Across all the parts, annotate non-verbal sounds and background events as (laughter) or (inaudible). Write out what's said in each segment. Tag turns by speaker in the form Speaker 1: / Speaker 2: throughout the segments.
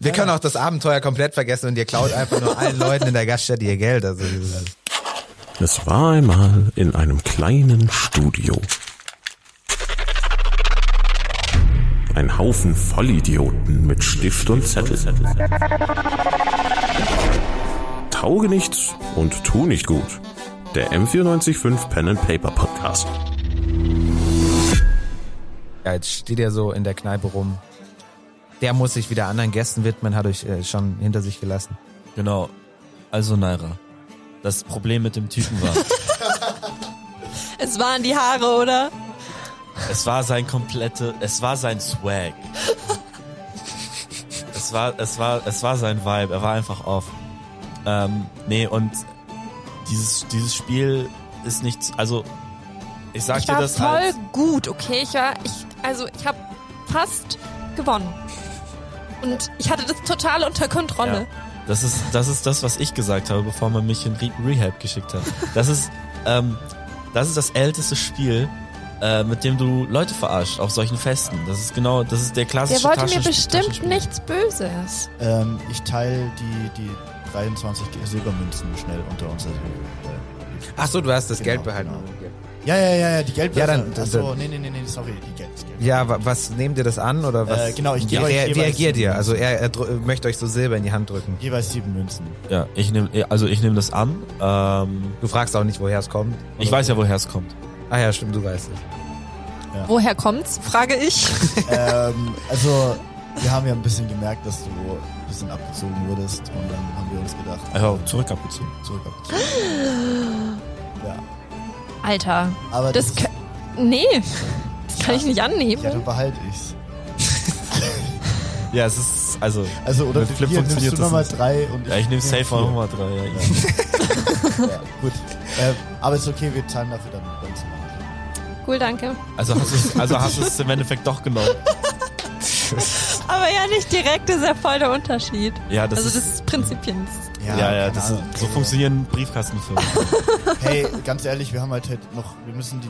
Speaker 1: Wir können auch das Abenteuer komplett vergessen und ihr klaut einfach nur allen Leuten in der Gaststätte ihr Geld. Also, das ist-
Speaker 2: Es war einmal in einem kleinen Studio. Ein Haufen Vollidioten mit Stift und Zettel. Tauge nichts und tu nicht gut. Der M945 Pen and Paper Podcast.
Speaker 1: ja, jetzt steht ihr so in der Kneipe rum. Der muss sich wieder anderen Gästen widmen, hat euch äh, schon hinter sich gelassen.
Speaker 3: Genau. Also Naira. Das Problem mit dem Typen war,
Speaker 4: Es waren die Haare, oder?
Speaker 3: es war sein komplette, es war sein Swag. Es war, es war, es war sein Vibe. Er war einfach off. Ähm, nee, und dieses, dieses Spiel ist nichts, also, ich sag
Speaker 4: ich
Speaker 3: dir
Speaker 4: war
Speaker 3: das
Speaker 4: voll
Speaker 3: als,
Speaker 4: gut, okay? Ich war, ich, also ich habe fast gewonnen. Und ich hatte das total unter Kontrolle.
Speaker 3: Das ist, das ist das, was ich gesagt habe, bevor man mich in Re Rehab geschickt hat. Das ist, ähm, das ist das älteste Spiel, äh, mit dem du Leute verarscht auf solchen Festen. Das ist genau, das ist der klassische
Speaker 4: Der wollte mir
Speaker 3: Taschen-
Speaker 4: bestimmt
Speaker 3: Taschenspiel.
Speaker 4: nichts Böses.
Speaker 5: Ähm, ich teile die, die 23 Silbermünzen schnell unter uns. Also, äh,
Speaker 1: Ach so, du hast das
Speaker 5: Genau,
Speaker 1: Geld behalten.
Speaker 5: genau. ja, ja, ja, ja, die Geldbörse.
Speaker 1: Ja, dann-
Speaker 5: Achso,
Speaker 1: dann-
Speaker 5: nee, nee, nee, nee, sorry, die Geld. Das Geld.
Speaker 1: Ja, wa- was nehmt ihr das an oder was?
Speaker 5: Äh, genau, ich
Speaker 1: wie,
Speaker 5: gebe euch
Speaker 1: rea- wie
Speaker 5: jeweils-
Speaker 1: agiert ihr? Also er, er drü- möchte euch so Silber in die Hand drücken.
Speaker 5: Jeweils sieben Münzen.
Speaker 3: Ja, ich nehme, also ich nehme das an. Ähm,
Speaker 1: Du fragst auch nicht, woher es kommt.
Speaker 3: ich weiß ja, woher es kommt.
Speaker 1: Ah ja, stimmt, du weißt es.
Speaker 4: Woher kommt's? Frage ich.
Speaker 5: ähm, also, wir haben ja ein bisschen gemerkt, dass du ein bisschen abgezogen wurdest und dann haben wir uns gedacht,
Speaker 3: Ja, zurück abgezogen.
Speaker 5: zurück abgezogen. ja,
Speaker 4: Alter,
Speaker 5: aber
Speaker 4: das
Speaker 5: das
Speaker 4: kann, nee, das kann ich nicht annehmen.
Speaker 5: ja, dann behalte ich's.
Speaker 3: Ja, es ist, also,
Speaker 5: Also, oder
Speaker 3: Mit
Speaker 5: hier
Speaker 3: Flip
Speaker 5: nimmst
Speaker 3: funktioniert
Speaker 5: du
Speaker 3: das
Speaker 5: nochmal
Speaker 3: nicht.
Speaker 5: drei und
Speaker 3: ja, ich nehme safe
Speaker 5: vier.
Speaker 3: auch Nummer drei. Ja, ich,
Speaker 5: Ja, gut. Ähm, aber ist okay, wir zahlen dafür dann beim Zimmer.
Speaker 4: Cool, danke.
Speaker 3: Also hast du es, also hast du es im Endeffekt doch genommen.
Speaker 4: Aber ja, nicht direkt ist ja voll der Unterschied.
Speaker 3: Ja, das
Speaker 4: also
Speaker 3: ist,
Speaker 4: das ist Prinzipien.
Speaker 3: ja, ja,
Speaker 5: keine
Speaker 3: das
Speaker 5: Ahnung.
Speaker 3: ist, so funktionieren Briefkastenfilme.
Speaker 5: (laughs) Hey, ganz ehrlich, wir haben halt, halt noch, wir müssen die,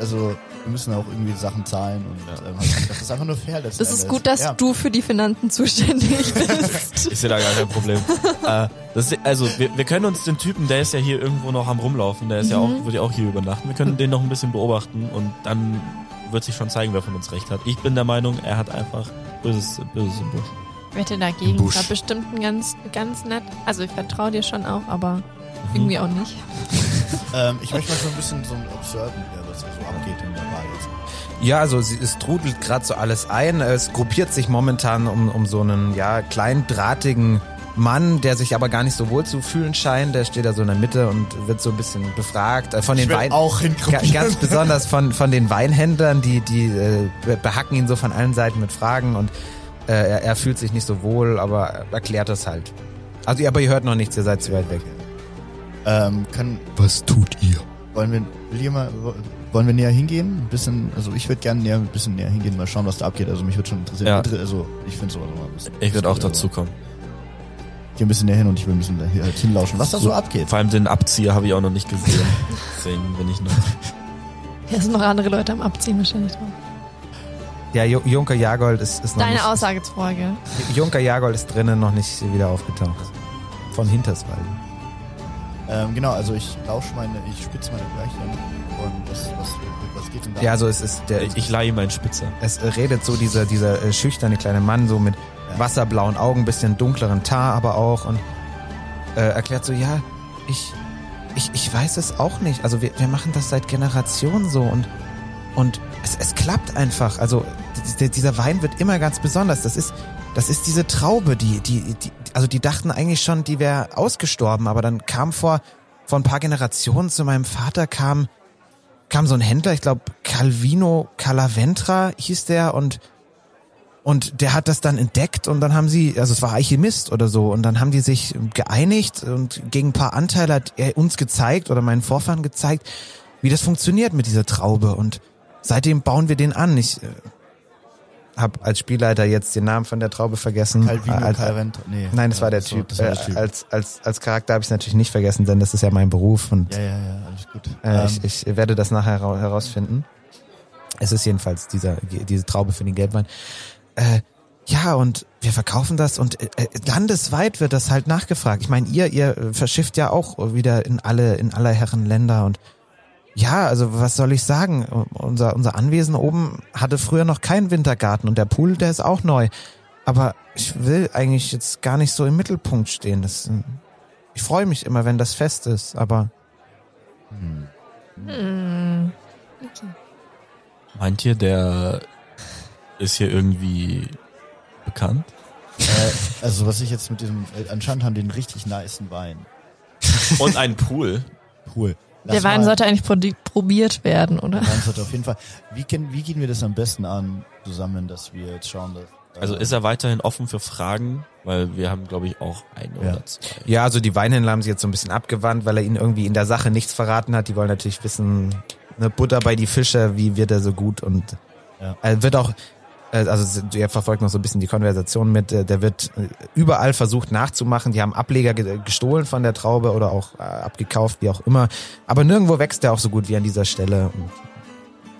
Speaker 5: also wir müssen auch irgendwie Sachen zahlen und ähm, halt, das ist einfach nur fair. letzten
Speaker 4: Das ist
Speaker 5: Endes.
Speaker 4: gut, dass
Speaker 5: ja.
Speaker 4: du für die Finanzen zuständig (laughs) bist.
Speaker 3: Ich sehe da gar kein Problem. äh, das ist, also, wir, wir können uns den Typen, der ist ja hier irgendwo noch am Rumlaufen, der ist ja auch, wird ja auch hier übernachten. Wir können den noch ein bisschen beobachten und dann wird sich schon zeigen, wer von uns recht hat. Ich bin der Meinung, er hat einfach böses, böses im Busch.
Speaker 4: Wette dagegen.
Speaker 2: Busch.
Speaker 4: War bestimmt ein ganz, ganz nett. Also ich vertraue dir schon auch, aber
Speaker 1: Mhm.
Speaker 4: irgendwie auch nicht.
Speaker 5: Ähm, ich möchte mal so ein bisschen so ein Observen, ja, was da so abgeht in der Bar jetzt.
Speaker 1: Ja, also sie, es trudelt gerade so alles ein. Es gruppiert sich momentan um, um so einen ja, kleinen, drahtigen Mann, der sich aber gar nicht so wohl zu fühlen scheint. Der steht da so in der Mitte und wird so ein bisschen befragt äh, von
Speaker 5: Ich
Speaker 1: den
Speaker 5: will
Speaker 1: Wein.
Speaker 5: auch
Speaker 1: Ga-
Speaker 5: hingruppieren. (laughs)
Speaker 1: Ganz besonders von, von den Weinhändlern, die, die äh, be- behacken ihn so von allen Seiten mit Fragen und äh, er, er fühlt sich nicht so wohl, aber erklärt das halt. Also ihr, aber ihr hört noch nichts, ihr seid zu weit weg.
Speaker 5: ähm, kann,
Speaker 6: Was tut ihr?
Speaker 5: wollen wir, will ihr mal, wollen wir näher hingehen? Ein bisschen, also ich würde gerne näher, ein bisschen näher hingehen, mal schauen, was da abgeht. Also mich würde schon interessieren.
Speaker 3: Ja.
Speaker 5: Inter- Also ich finde sowas immer ein bisschen.
Speaker 3: Ich würde auch dazu kommen.
Speaker 5: Ich geh ein bisschen näher hin und ich will ein bisschen da- hier halt hinlauschen, was da so abgeht.
Speaker 3: Vor allem den Abzieher habe ich auch noch nicht gesehen. Deswegen bin ich noch. (laughs)
Speaker 4: Hier sind noch andere Leute am Abziehen wahrscheinlich drauf.
Speaker 1: Ja, Ju- Junker Jagold ist, ist noch
Speaker 4: Deine
Speaker 1: nicht,
Speaker 4: Aussagefolge.
Speaker 1: Junker Jagold ist drinnen noch nicht wieder aufgetaucht. Von Hinterswald.
Speaker 5: Ähm, genau, also ich lausche meine, ich spitze meine Bärchen und was, was, was geht denn da?
Speaker 1: Ja, also es ist der,
Speaker 3: Ich leihe meinen Spitzer.
Speaker 1: es redet so dieser, dieser äh, schüchterne kleine Mann, so mit wasserblauen Augen, bisschen dunkleren Tar aber auch und äh, erklärt so, ja, ich, ich, ich weiß es auch nicht. Also wir, wir machen das seit Generationen so und, und es, es klappt einfach. Also d- d- dieser Wein wird immer ganz besonders. Das ist, das ist diese Traube, die, die, die also die dachten eigentlich schon, die wäre ausgestorben, aber dann kam vor, vor ein paar Generationen zu meinem Vater kam, kam so ein Händler, ich glaube Calvino Calaventra hieß der und und der hat das dann entdeckt und dann haben sie, also es war Alchemist oder so, und dann haben die sich geeinigt und gegen ein paar Anteile hat er uns gezeigt oder meinen Vorfahren gezeigt, wie das funktioniert mit dieser Traube und seitdem bauen wir den an. Ich äh, habe als Spielleiter jetzt den Namen von der Traube vergessen. Äh,
Speaker 5: Calvino,
Speaker 1: Als-
Speaker 5: Calvent, nee.
Speaker 1: Nein, das war der
Speaker 5: so,
Speaker 1: Typ.
Speaker 5: Das war der
Speaker 1: Äh,
Speaker 5: Typ.
Speaker 1: Als, als, als Charakter habe ich es natürlich nicht vergessen, denn das ist ja mein Beruf und
Speaker 5: ja, ja, ja, alles gut.
Speaker 1: äh,
Speaker 5: Ähm,
Speaker 1: ich, ich werde das nachher hera- herausfinden. Es ist jedenfalls dieser, diese Traube für den Gelbwein. Äh, ja, und wir verkaufen das und äh, äh, landesweit wird das halt nachgefragt. Ich meine, ihr, ihr äh, verschifft ja auch wieder in alle, in aller Herren Länder und ja, also was soll ich sagen? Unser, unser Anwesen oben hatte früher noch keinen Wintergarten und der Pool, der ist auch neu. Aber ich will eigentlich jetzt gar nicht so im Mittelpunkt stehen. Das, äh, ich freue mich immer, wenn das fest ist, aber
Speaker 4: Hm. Okay.
Speaker 3: Meint ihr, der ist hier irgendwie (laughs) bekannt?
Speaker 5: Äh, also was ich jetzt mit dem, äh, anscheinend haben die einen richtig niceen Wein.
Speaker 3: Und ein Pool?
Speaker 5: Cool.
Speaker 4: Der Wein sollte eigentlich probi- probiert werden, oder?
Speaker 5: Der Wein sollte auf jeden Fall. Wie, können, wie gehen wir das am besten an, zusammen, dass wir jetzt schauen, dass... äh,
Speaker 3: Also ist er weiterhin offen für Fragen? Weil wir haben, glaube ich, auch eine
Speaker 5: Ja.
Speaker 3: oder zwei.
Speaker 1: Ja, also die Weinhändler haben sie jetzt so ein bisschen abgewandt, weil er ihnen irgendwie in der Sache nichts verraten hat. Die wollen natürlich wissen, ne, Butter bei die Fische, wie wird er so gut und
Speaker 5: Ja.
Speaker 1: äh, wird auch, äh, also er verfolgt noch so ein bisschen die Konversation mit, äh, der wird äh, überall versucht nachzumachen. Die haben Ableger ge gestohlen von der Traube oder auch äh, abgekauft, wie auch immer. Aber nirgendwo wächst er auch so gut wie an dieser Stelle. Und,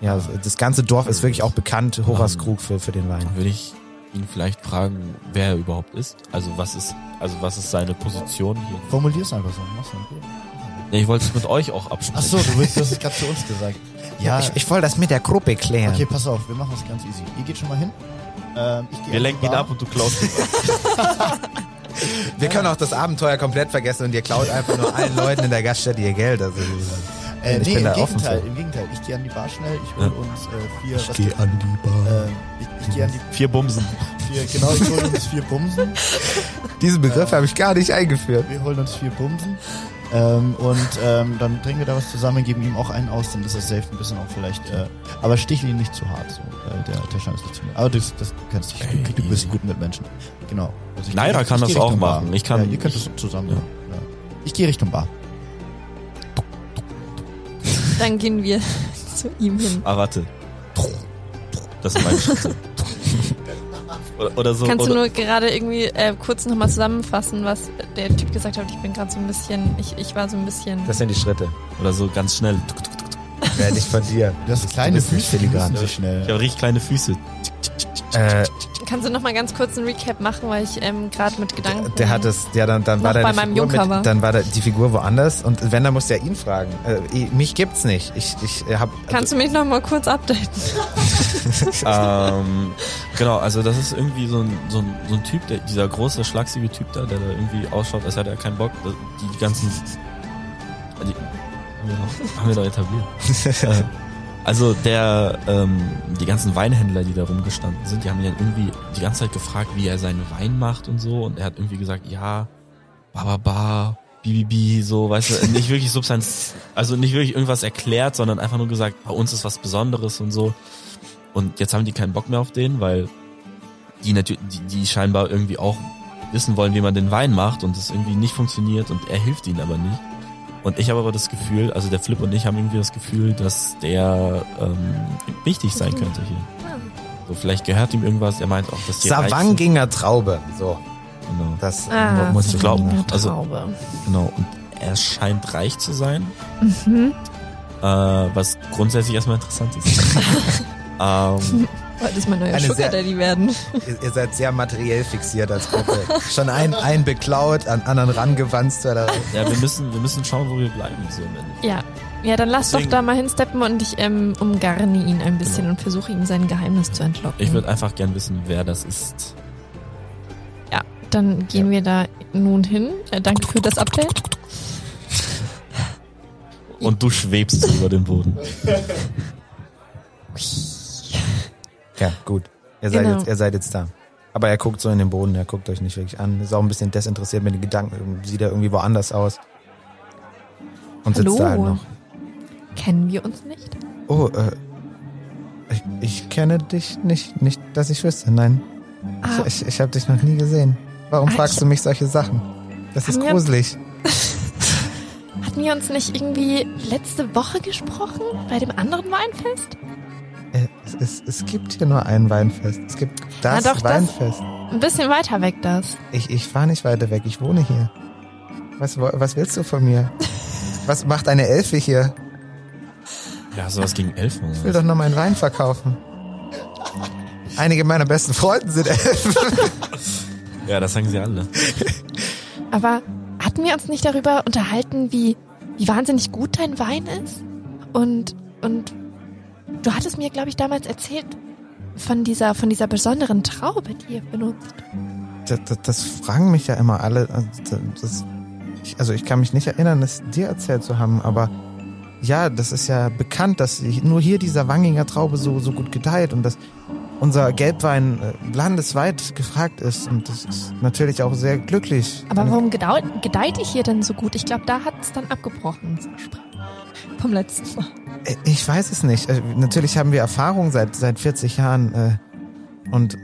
Speaker 5: Ah.
Speaker 1: ja, das ganze Dorf ist wirklich auch bekannt, Horas Krug für, für den Wein.
Speaker 3: Dann würde ich ihn vielleicht fragen, wer er überhaupt ist. Also was ist, also was ist seine Position hier?
Speaker 5: Formulier's einfach so. Mach's dann.
Speaker 3: Nee, ich wollte es mit euch auch absprechen.
Speaker 5: Ach so, du, willst, du hast es gerade zu uns gesagt. Ja,
Speaker 1: Ich, ich wollte das mit der Gruppe klären.
Speaker 5: okay, pass auf, wir machen es ganz easy. Ihr geht schon mal hin. Ähm, ich geh
Speaker 3: Wir
Speaker 5: an die
Speaker 3: lenken ihn
Speaker 5: Bar.
Speaker 3: ab und du klaust ihn.
Speaker 1: Wir können auch das Abenteuer komplett vergessen und ihr klaut einfach nur allen Leuten in der Gaststätte ihr Geld. Also,
Speaker 5: Äh,
Speaker 1: ich
Speaker 5: nee,
Speaker 1: bin
Speaker 5: im
Speaker 1: da offen
Speaker 5: Gegenteil,
Speaker 1: für.
Speaker 5: im Gegenteil. Ich gehe an die Bar schnell, ich hole uns äh, vier... was-
Speaker 1: an die Bar.
Speaker 5: Ähm, ich ich gehe an die
Speaker 3: Vier Bumsen.
Speaker 5: vier, genau, ich hole uns vier Bumsen.
Speaker 1: Diesen Begriff habe ich gar nicht eingeführt.
Speaker 5: Wir holen uns vier Bumsen. Ähm, und ähm, dann trinken wir da was zusammen, geben ihm auch einen aus, dann ist das safe ein bisschen auch vielleicht. Äh, aber sticheln ihn nicht zu hart. So. Äh, der, der Schein ist nicht zu mir. Aber das, das du kannst dich, du, du bist gut mit Menschen. Genau. Also ich-
Speaker 3: Naira
Speaker 5: ich-
Speaker 3: kann
Speaker 5: ich
Speaker 3: das
Speaker 5: geh
Speaker 3: auch
Speaker 5: Richtung Bar.
Speaker 3: machen. Ich kann-
Speaker 5: ja, ihr könnt das zusammen machen. Ja. Ich gehe Richtung Bar.
Speaker 4: Dann gehen wir (laughs) zu ihm hin.
Speaker 3: Ah, warte. Das ist mein Schritte. oder, oder so.
Speaker 4: Kannst du
Speaker 3: oder,
Speaker 4: nur gerade irgendwie äh, kurz nochmal zusammenfassen, was der Typ gesagt hat? Ich bin gerade so ein bisschen, ich, ich war so ein bisschen.
Speaker 1: Das sind die Schritte.
Speaker 3: oder so ganz schnell.
Speaker 1: Wer nicht von dir.
Speaker 5: Das kleine
Speaker 1: bist nicht
Speaker 5: Füße, die
Speaker 1: filigran.
Speaker 5: müssen sich
Speaker 3: Ich
Speaker 5: schnell.
Speaker 3: habe richtig kleine Füße.
Speaker 1: Äh,
Speaker 4: Kannst du nochmal ganz kurz einen Recap machen, weil ich ähm, gerade mit Gedanken.
Speaker 1: der hat es, ja, dann, dann
Speaker 4: Noch
Speaker 1: war da
Speaker 4: bei
Speaker 1: die
Speaker 4: meinem
Speaker 1: Figur
Speaker 4: Jungcover.
Speaker 1: dann war da die Figur woanders und wenn, dann musst du ja ihn fragen. Äh, mich gibt's nicht. Ich, ich äh, hab,
Speaker 4: Kannst du mich nochmal kurz updaten?
Speaker 3: ähm, genau, also das ist irgendwie so ein, so ein, so ein Typ, der, dieser große, schlagsige Typ da, der da irgendwie ausschaut, als hätte er keinen Bock. Das- Die ganzen... Die, haben, wir noch, haben wir noch etabliert. äh, also der, ähm, die ganzen Weinhändler, die da rumgestanden sind, die haben ihn dann irgendwie die ganze Zeit gefragt, wie er seinen Wein macht und so. Und er hat irgendwie gesagt, ja, ba, ba, ba, bi, bi, bi, so, weißt du, nicht wirklich Substanz, also nicht wirklich irgendwas erklärt, sondern einfach nur gesagt, bei uns ist was Besonderes und so. Und jetzt haben die keinen Bock mehr auf den, weil die natürlich, die, die scheinbar irgendwie auch wissen wollen, wie man den Wein macht und es irgendwie nicht funktioniert und er hilft ihnen aber nicht. Und ich habe aber das Gefühl, also der Flip und ich haben irgendwie das Gefühl, dass der ähm, wichtig sein könnte hier. So, vielleicht gehört ihm irgendwas, er meint auch, dass die reich sind.
Speaker 1: Savanginger Traube. So,
Speaker 3: Genau.
Speaker 1: das
Speaker 4: Ah.
Speaker 1: äh, muss ich glauben.
Speaker 3: Also-
Speaker 4: Traube.
Speaker 3: Genau, und er scheint reich zu sein,
Speaker 4: Mhm.
Speaker 3: äh, was grundsätzlich erstmal
Speaker 1: (laughs)
Speaker 3: interessant ist. ähm,
Speaker 4: Wollte es mein neuer
Speaker 1: Eine sehr-
Speaker 4: Sugar Daddy werden.
Speaker 1: Ihr, ihr seid sehr materiell fixiert als Gruppe. Schon einen, einen beklaut, an anderen rangewanzt oder
Speaker 3: ja, wir müssen, wir müssen schauen, wo wir bleiben. So im Endeffekt.
Speaker 4: Ja. Ja, dann lass
Speaker 3: Deswegen-
Speaker 4: doch da mal hinsteppen und ich ähm, umgarne ihn ein bisschen
Speaker 3: Genau.
Speaker 4: und versuche ihm sein Geheimnis zu entlocken.
Speaker 3: ich
Speaker 1: Mhm.
Speaker 3: würde einfach gern wissen, wer das ist.
Speaker 4: dann gehen wir da nun hin. Äh, danke für das Update.
Speaker 3: Und du schwebst so über den Boden.
Speaker 1: Ja, gut. Ihr seid,
Speaker 4: Genau.
Speaker 1: jetzt, ihr seid jetzt da. Aber er guckt so in den Boden, er guckt euch nicht wirklich an. Ist auch ein bisschen desinteressiert mit den Gedanken, sieht er irgendwie woanders aus. Und sitzt
Speaker 4: Hallo.
Speaker 1: da halt noch.
Speaker 4: Kennen wir uns nicht?
Speaker 1: Oh, äh, ich, ich kenne dich nicht, nicht, dass ich wüsste, nein.
Speaker 4: Ah,
Speaker 1: Ich, ich, ich habe dich noch nie gesehen. Warum
Speaker 4: Ah,
Speaker 1: fragst
Speaker 4: ich- Ah,
Speaker 1: du mich solche Sachen? Das ist
Speaker 4: Haben wir-
Speaker 1: gruselig.
Speaker 4: hatten wir uns nicht irgendwie letzte Woche gesprochen? Bei dem anderen Weinfest?
Speaker 1: Äh, Es, es, es gibt hier nur ein Weinfest. Es gibt das
Speaker 4: Na doch, das-
Speaker 1: Weinfest.
Speaker 4: Ein bisschen weiter weg das.
Speaker 1: Ich, ich fahre nicht weiter weg, ich wohne hier. Was, wo- was willst du von mir? Was macht eine Elfe hier?
Speaker 3: Ja, sowas gegen Elfen.
Speaker 1: Ich will doch nur meinen Wein verkaufen. Einige meiner besten Freunde sind elf.
Speaker 3: Ja, das sagen sie alle.
Speaker 4: Aber hatten wir uns nicht darüber unterhalten, wie, wie wahnsinnig gut dein Wein ist? Und, und du hattest mir, glaube ich, damals erzählt von dieser, von dieser besonderen Traube, die ihr benutzt.
Speaker 1: Das, das, das fragen mich ja immer alle. Also Das, ich, also ich kann mich nicht erinnern, es dir erzählt zu haben, aber ja, das ist ja bekannt, dass hi- nur hier dieser Wanginger Traube so, so gut gedeiht und dass unser Gelbwein äh, landesweit gefragt ist und das ist natürlich auch sehr glücklich.
Speaker 4: Aber warum gedeiht, gedeiht ich hier denn so gut? Ich glaube, da hat es dann abgebrochen. das Gespräch Vom letzten Mal.
Speaker 1: Äh, Ich weiß es nicht. Äh, Natürlich haben wir Erfahrung seit, seit 40 Jahren äh, und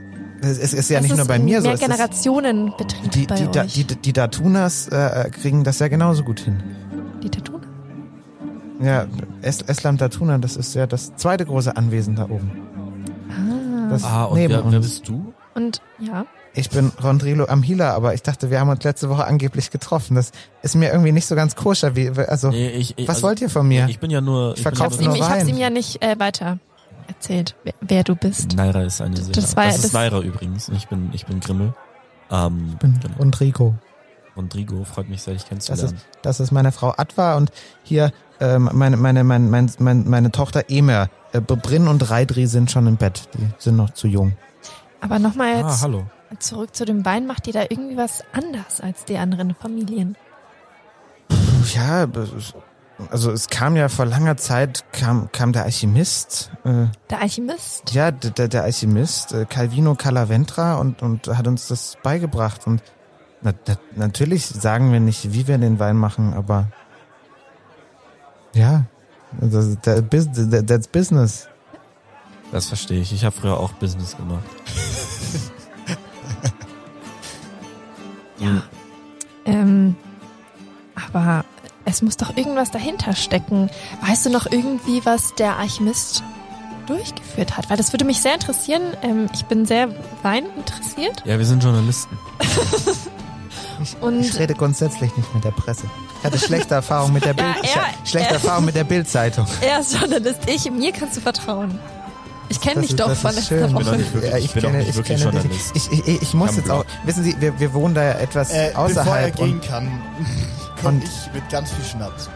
Speaker 1: es es ist ja
Speaker 4: Es
Speaker 1: nicht
Speaker 4: ist
Speaker 1: nur bei mir so.
Speaker 4: Mehr
Speaker 1: es ist-
Speaker 4: Generationenbetrieb
Speaker 1: Die,
Speaker 4: bei
Speaker 1: die, da,
Speaker 4: euch.
Speaker 1: die, die Datunas äh, kriegen das ja genauso gut hin.
Speaker 4: die Tattoo?
Speaker 1: Ja, es, Eslam Datuna, das ist ja das zweite große Anwesen da oben.
Speaker 4: Ah.
Speaker 1: Das neben uns.
Speaker 3: bist du?
Speaker 4: Und ja.
Speaker 1: Ich bin Rondrilo Amhila, aber ich dachte, wir haben uns letzte Woche angeblich getroffen. Das ist mir irgendwie nicht so ganz koscher. Wie, also,
Speaker 3: Nee, ich, ich,
Speaker 1: was
Speaker 3: also,
Speaker 1: wollt ihr von mir?
Speaker 3: Ich bin ja nur. Ich, bin
Speaker 1: verkauf
Speaker 4: Ich
Speaker 1: nur
Speaker 3: ja
Speaker 1: was.
Speaker 4: hab's
Speaker 1: rein.
Speaker 4: ihm ja nicht äh, weiter erzählt, wer, wer du bist.
Speaker 3: Naira ist eine
Speaker 4: Das
Speaker 3: sehr.
Speaker 4: war-
Speaker 3: das
Speaker 4: das-
Speaker 3: ist Naira übrigens. Ich bin, ich bin Grimmel. Ähm, genau.
Speaker 1: und Rico.
Speaker 3: Und Rigo freut mich sehr, dich
Speaker 1: Das
Speaker 3: kennenzulernen.
Speaker 1: ist, das ist meine Frau Atwa und hier ähm, meine, meine, meine, meine, meine, meine Tochter Emer. Äh, Brin und Reidri sind schon im Bett. Die sind noch zu jung.
Speaker 4: Aber nochmal
Speaker 3: ah,
Speaker 4: jetzt
Speaker 3: hallo.
Speaker 4: zurück zu dem Wein. Macht ihr da irgendwie was anders als die anderen Familien?
Speaker 1: Ja, das- also es kam ja vor langer Zeit, kam, kam der Alchemist. Äh,
Speaker 4: Der Alchemist?
Speaker 1: Ja, d- der, der Alchemist, äh, Calvino Calaventra, und, und hat uns das beigebracht. Und na, na, natürlich sagen wir nicht, wie wir den Wein machen, aber ja, das, der, Bus- that- that's business.
Speaker 3: Das verstehe ich. Ich habe früher auch Business gemacht.
Speaker 4: Ja. Ähm, aber es muss doch irgendwas dahinter stecken. Weißt du noch irgendwie, was der Alchemist durchgeführt hat? Weil das würde mich sehr interessieren. Ähm, ich bin sehr Wein interessiert.
Speaker 3: Ja, wir sind Journalisten.
Speaker 4: Und Äh,
Speaker 1: Ich rede grundsätzlich nicht mit der Presse. Ich hatte schlechte Erfahrungen mit der Bild,
Speaker 4: Ja, er-
Speaker 1: schlechte
Speaker 4: er-
Speaker 1: Erfahrung mit der Bildzeitung.
Speaker 4: Er ist Journalist. Ich, mir kannst du vertrauen. Ich kenne
Speaker 1: Das
Speaker 4: dich
Speaker 1: ist-
Speaker 4: doch
Speaker 1: das
Speaker 4: von
Speaker 1: ist
Speaker 4: letzter
Speaker 1: schön.
Speaker 3: bin doch
Speaker 4: Woche.
Speaker 3: nicht wirklich-
Speaker 1: Ja,
Speaker 3: ich bin doch nicht wirklich
Speaker 1: dich.
Speaker 3: Journalist.
Speaker 1: Ich, ich, ich, ich muss
Speaker 3: Kann
Speaker 1: jetzt auch, wissen Sie, wir, wir wohnen da ja etwas
Speaker 5: Äh, bevor er
Speaker 1: außerhalb. und-
Speaker 5: gehen
Speaker 1: (laughs)
Speaker 5: kann,
Speaker 1: und-
Speaker 5: komme ich mit ganz viel Schnaps.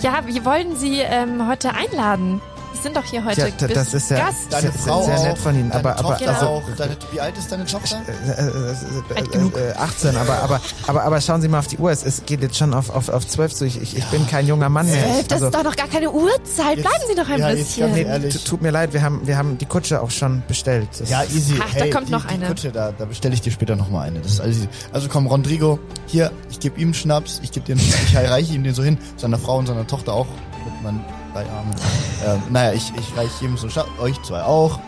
Speaker 4: Ja, wir wollen Sie ähm, heute einladen. Sie sind doch hier heute
Speaker 1: Ja, d-
Speaker 4: bis
Speaker 1: das ist ja-
Speaker 4: Gast.
Speaker 1: Deine
Speaker 5: Deine
Speaker 1: Sehr-
Speaker 5: Frau
Speaker 1: sehr
Speaker 5: auch,
Speaker 1: nett von Ihnen,
Speaker 5: deine
Speaker 1: aber- aber-
Speaker 5: Tochter
Speaker 4: also-
Speaker 5: auch, deine, wie alt ist deine Tochter?
Speaker 1: Äh, äh,
Speaker 4: Alt
Speaker 1: äh,
Speaker 4: genug.
Speaker 1: äh, 18, aber, aber, aber, aber schauen Sie mal auf die Uhr. Es, es geht jetzt schon auf, auf, auf 12 zu. Ich, ich, ich bin kein junger Mann mehr.
Speaker 4: Zwölf,
Speaker 1: Ich-
Speaker 4: das ist doch noch gar keine Uhrzeit.
Speaker 5: Jetzt-
Speaker 4: Bleiben Sie doch ein
Speaker 5: ja, jetzt
Speaker 4: bisschen.
Speaker 5: ganz
Speaker 1: nee,
Speaker 5: ehrlich.
Speaker 1: t- tut mir leid, wir haben, wir haben die Kutsche auch schon bestellt. Das
Speaker 5: Ja, easy.
Speaker 4: Ach, da
Speaker 5: hey,
Speaker 4: kommt
Speaker 5: die,
Speaker 4: noch
Speaker 5: die
Speaker 4: eine.
Speaker 5: Kutsche, da, da bestelle ich dir später nochmal eine. Das ist alles easy. Also komm, Rodrigo, hier, ich gebe ihm Schnaps, ich gebe dir einen Schnaps, ich reiche ihm den so hin, seiner Frau und seiner Tochter auch, mit meinen drei Armen. ähm, naja, ich, ich reiche ihm so Schnaps, euch zwei auch.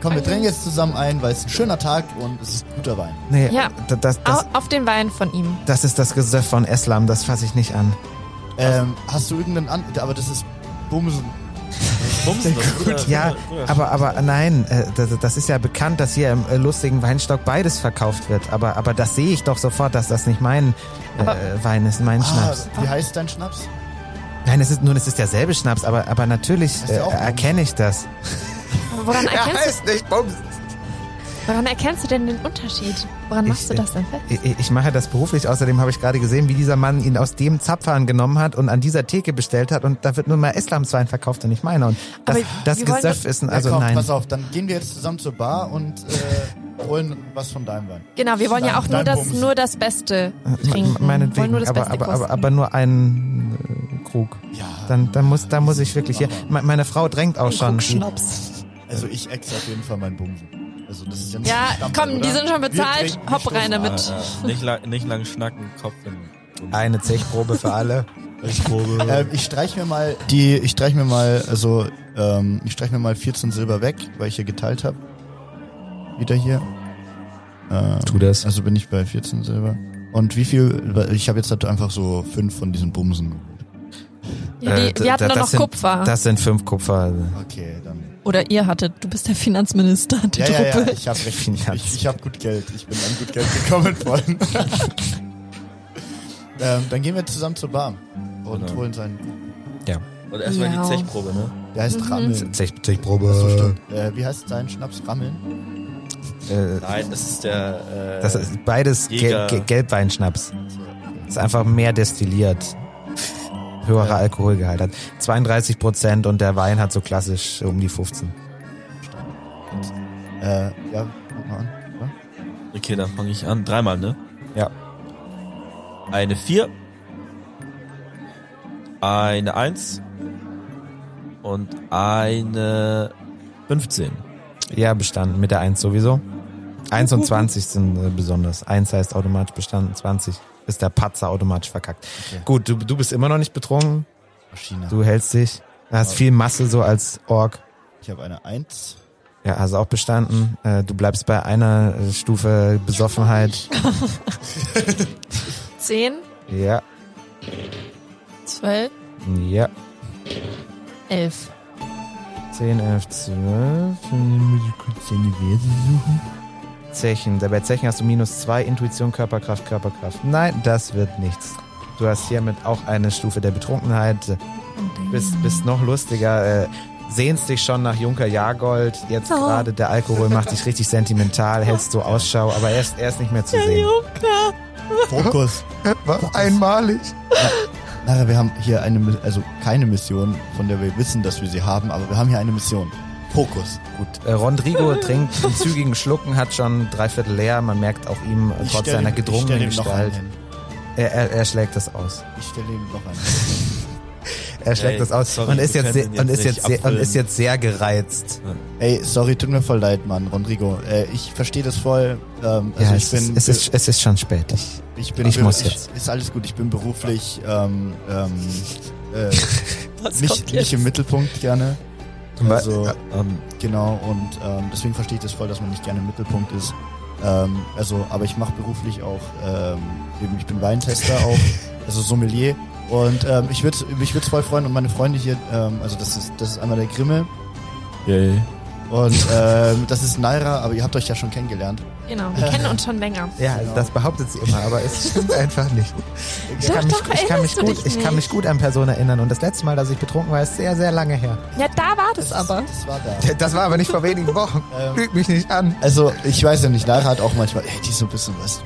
Speaker 5: Komm, wir trinken jetzt zusammen ein, weil es ist ein schöner Tag und es ist guter Wein.
Speaker 1: nee,
Speaker 4: Ja.
Speaker 1: d- das, das,
Speaker 4: Au- auf den Wein von ihm.
Speaker 1: das ist das Gesöff von Eslam, das fasse ich nicht an.
Speaker 5: Ähm, hast du irgendeinen an... Aber das ist Bumsen.
Speaker 3: Bumsen, das ist guter-
Speaker 1: Ja,
Speaker 3: guter- guter-
Speaker 1: aber, aber nein, äh, das, das ist ja bekannt, dass hier im äh, lustigen Weinstock beides verkauft wird. Aber, aber das sehe ich doch sofort, dass das nicht mein
Speaker 4: Aber-
Speaker 1: äh, Wein ist, mein
Speaker 5: Ah,
Speaker 1: Schnaps.
Speaker 5: wie heißt dein Schnaps?
Speaker 1: Nein, es ist, nun, es ist derselbe Schnaps, aber, aber natürlich
Speaker 5: Hast
Speaker 1: äh,
Speaker 5: du auch-
Speaker 1: erkenne ich das.
Speaker 4: Aber Woran erkennst,
Speaker 1: nicht Bums.
Speaker 4: du, woran erkennst du denn den Unterschied? Woran
Speaker 1: Ich- äh,
Speaker 4: machst du das denn fest?
Speaker 1: Ich, ich mache das beruflich. Außerdem habe ich gerade gesehen, wie dieser Mann ihn aus dem Zapfhahn genommen hat und an dieser Theke bestellt hat. Und da wird nun mal Islamswein verkauft und nicht meiner. Und das,
Speaker 4: Aber
Speaker 1: das
Speaker 4: wir wollen
Speaker 1: Gesöff ist ein,
Speaker 5: Ja,
Speaker 1: also
Speaker 5: komm,
Speaker 1: nein.
Speaker 5: Pass auf, dann gehen wir jetzt zusammen zur Bar und äh, holen was von deinem Wein.
Speaker 4: Genau, wir wollen ja
Speaker 5: Nein,
Speaker 4: auch nur
Speaker 5: nein,
Speaker 4: das,
Speaker 5: Bums.
Speaker 4: nur das Beste
Speaker 1: M-
Speaker 4: trinken. wollen
Speaker 1: Meinetwegen,
Speaker 4: nur das
Speaker 1: aber,
Speaker 4: Beste
Speaker 1: aber, aber,
Speaker 4: kosten.
Speaker 1: aber nur einen äh, Krug.
Speaker 5: Ja.
Speaker 1: Dann, dann muss, da muss ich wirklich hier. Me- Meine Frau drängt auch
Speaker 4: Ein
Speaker 1: schon.
Speaker 4: Krug Schnaps.
Speaker 5: Also
Speaker 1: äh,
Speaker 5: ich ex auf jeden Fall meinen Bumsen. Also das ist ja nicht
Speaker 4: Ja,
Speaker 5: Stamm,
Speaker 4: komm,
Speaker 5: oder?
Speaker 4: die sind schon
Speaker 5: Wir
Speaker 4: bezahlt.
Speaker 5: trinken
Speaker 4: Hopp
Speaker 5: Stoff.
Speaker 4: rein
Speaker 3: Ah,
Speaker 4: damit.
Speaker 3: ja. Nicht, lang, nicht lang schnacken, Kopf in.
Speaker 1: Eine Zechprobe für alle.
Speaker 3: (laughs)
Speaker 5: Ähm, ich streich mir mal die, ich streich mir mal, also ähm, ich streich mir mal 14 Silber weg, weil ich hier geteilt habe. Wieder hier. Ähm,
Speaker 1: Tu das.
Speaker 5: Also bin ich bei 14 Silber. Und wie viel? weil Ich habe jetzt halt einfach so fünf von diesen Bumsen.
Speaker 4: Ja, die,
Speaker 1: Äh, d-
Speaker 4: wir hatten
Speaker 1: d-
Speaker 4: doch
Speaker 1: das
Speaker 4: noch
Speaker 1: sind-
Speaker 4: Kupfer.
Speaker 1: Das sind fünf Kupfer.
Speaker 5: Okay, dann.
Speaker 4: Oder ihr hattet. Du bist der Finanzminister der
Speaker 5: Ja, ja, ja,
Speaker 4: Truppe.
Speaker 5: ich habe
Speaker 1: (laughs)
Speaker 5: recht.
Speaker 1: Finanz.
Speaker 5: Ich, ich habe gut Geld. Ich bin an gut Geld
Speaker 1: (laughs)
Speaker 5: gekommen worden. ähm, dann gehen wir zusammen zur Bar und
Speaker 3: Genau.
Speaker 5: holen seinen.
Speaker 3: Ja. Und erstmal
Speaker 4: Ja.
Speaker 3: die Zechprobe, ne?
Speaker 5: Der heißt
Speaker 4: Mhm.
Speaker 5: Rammeln.
Speaker 1: Zech,
Speaker 5: Achso,
Speaker 1: Zechprobe.
Speaker 5: stimmt. Äh, wie heißt dein Schnaps? Rammeln?
Speaker 1: Äh,
Speaker 3: Nein, das ist der. Äh,
Speaker 1: das ist beides
Speaker 3: Jäger.
Speaker 1: Gel Ge- Gelbweinschnaps. Ist einfach mehr destilliert. Höherer Alkoholgehalt hat 32 Prozent und der Wein hat so klassisch um die 15.
Speaker 5: Äh, ja, guck mal an.
Speaker 3: Okay, dann fange ich an. Dreimal, ne?
Speaker 1: Ja.
Speaker 3: Eine 4. Eine 1. Und eine 15.
Speaker 1: Ja, bestanden mit der 1 sowieso. 1 und 20 sind äh, besonders. 1 heißt automatisch bestanden, 20 ist der Patzer automatisch verkackt.
Speaker 5: Okay.
Speaker 1: Gut, du, du bist immer noch nicht betrunken,
Speaker 5: Maschine.
Speaker 1: du hältst dich, hast viel Masse so als Ork.
Speaker 5: Ich habe eine 1.
Speaker 1: Ja, hast auch bestanden. Äh, Du bleibst bei einer äh, Stufe Besoffenheit.
Speaker 4: Zehn,
Speaker 1: Ja,
Speaker 4: zwölf,
Speaker 1: ja.
Speaker 4: elf.
Speaker 1: 10, 11, 12. Zechen. Dabei Zechen hast du minus 2 Intuition, Körperkraft, Körperkraft. Nein, das wird nichts. Du hast hiermit auch eine Stufe der Betrunkenheit. Bist, bist noch lustiger. äh, Sehnst dich schon nach Junker Jahrgold. Jetzt
Speaker 4: Oh.
Speaker 1: gerade der Alkohol macht dich richtig sentimental, hältst du Ausschau, aber er ist, er ist nicht mehr zu sehen.
Speaker 5: Fokus.
Speaker 1: Was? Einmalig.
Speaker 5: Lara, wir haben hier eine, Mi- also keine Mission, von der wir wissen, dass wir sie haben, aber wir haben hier eine Mission. Fokus. Gut.
Speaker 1: Äh, Rodrigo trinkt einen zügigen Schlucken, hat schon dreiviertel leer. Man merkt auch ihm, äh,
Speaker 5: Ich
Speaker 1: trotz
Speaker 5: stell
Speaker 1: seiner
Speaker 5: ihm- ich stell
Speaker 1: gedrungenen
Speaker 5: ihm noch einen
Speaker 1: Gestalt,
Speaker 5: hin.
Speaker 1: er, er, er schlägt das aus.
Speaker 5: Ich stelle ihm noch einen.
Speaker 1: Er schlägt
Speaker 3: Ey,
Speaker 1: das aus
Speaker 3: sorry,
Speaker 1: und, ist
Speaker 3: wir
Speaker 1: jetzt sehr,
Speaker 3: können ihn
Speaker 1: und,
Speaker 3: jetzt
Speaker 1: ist jetzt
Speaker 3: nicht
Speaker 1: sehr, und ist
Speaker 3: abfüllen.
Speaker 1: jetzt sehr gereizt.
Speaker 5: Ey, sorry, tut mir voll leid, Mann, Rodrigo. Äh, ich verstehe das voll. Ähm, also
Speaker 1: ja,
Speaker 5: ich
Speaker 1: es,
Speaker 5: bin,
Speaker 1: ist, es, ist, es ist schon spät. Ich,
Speaker 5: ich bin,
Speaker 1: ich muss jetzt.
Speaker 5: Ist alles gut. Ich bin beruflich ähm,
Speaker 1: (laughs)
Speaker 5: ähm, äh, nicht, nicht im Mittelpunkt gerne. Also,
Speaker 3: Ähm,
Speaker 5: Genau, und ähm, deswegen verstehe ich das voll, dass man nicht gerne im Mittelpunkt ist. Ähm, also, aber ich mache beruflich auch, ähm, eben, ich
Speaker 1: (laughs)
Speaker 5: bin Weintester auch, also Sommelier. Und ähm, ich würde mich würd's voll freuen und meine Freunde hier, ähm, also das ist, das ist einmal der Grimme
Speaker 3: yay.
Speaker 5: und ähm, das ist Naira, aber ihr habt euch ja schon kennengelernt.
Speaker 4: Genau, wir kennen uns schon länger.
Speaker 1: ja,
Speaker 5: genau.
Speaker 1: also das behauptet sie immer, aber es stimmt einfach nicht. Ich kann, mich,
Speaker 4: Doch, doch,
Speaker 1: ich, kann mich
Speaker 4: erinnerst du
Speaker 1: gut,
Speaker 4: dich
Speaker 1: ich kann mich gut an Personen erinnern und das letzte Mal, dass ich betrunken war, ist sehr, sehr lange her. (laughs)
Speaker 4: Ja, da war das aber.
Speaker 5: Das war da.
Speaker 1: Das war aber nicht vor wenigen Wochen.
Speaker 5: Ähm.
Speaker 1: Lüg mich nicht an.
Speaker 5: Also, ich weiß ja nicht, Naira hat auch manchmal, ey, die ist so ein bisschen was.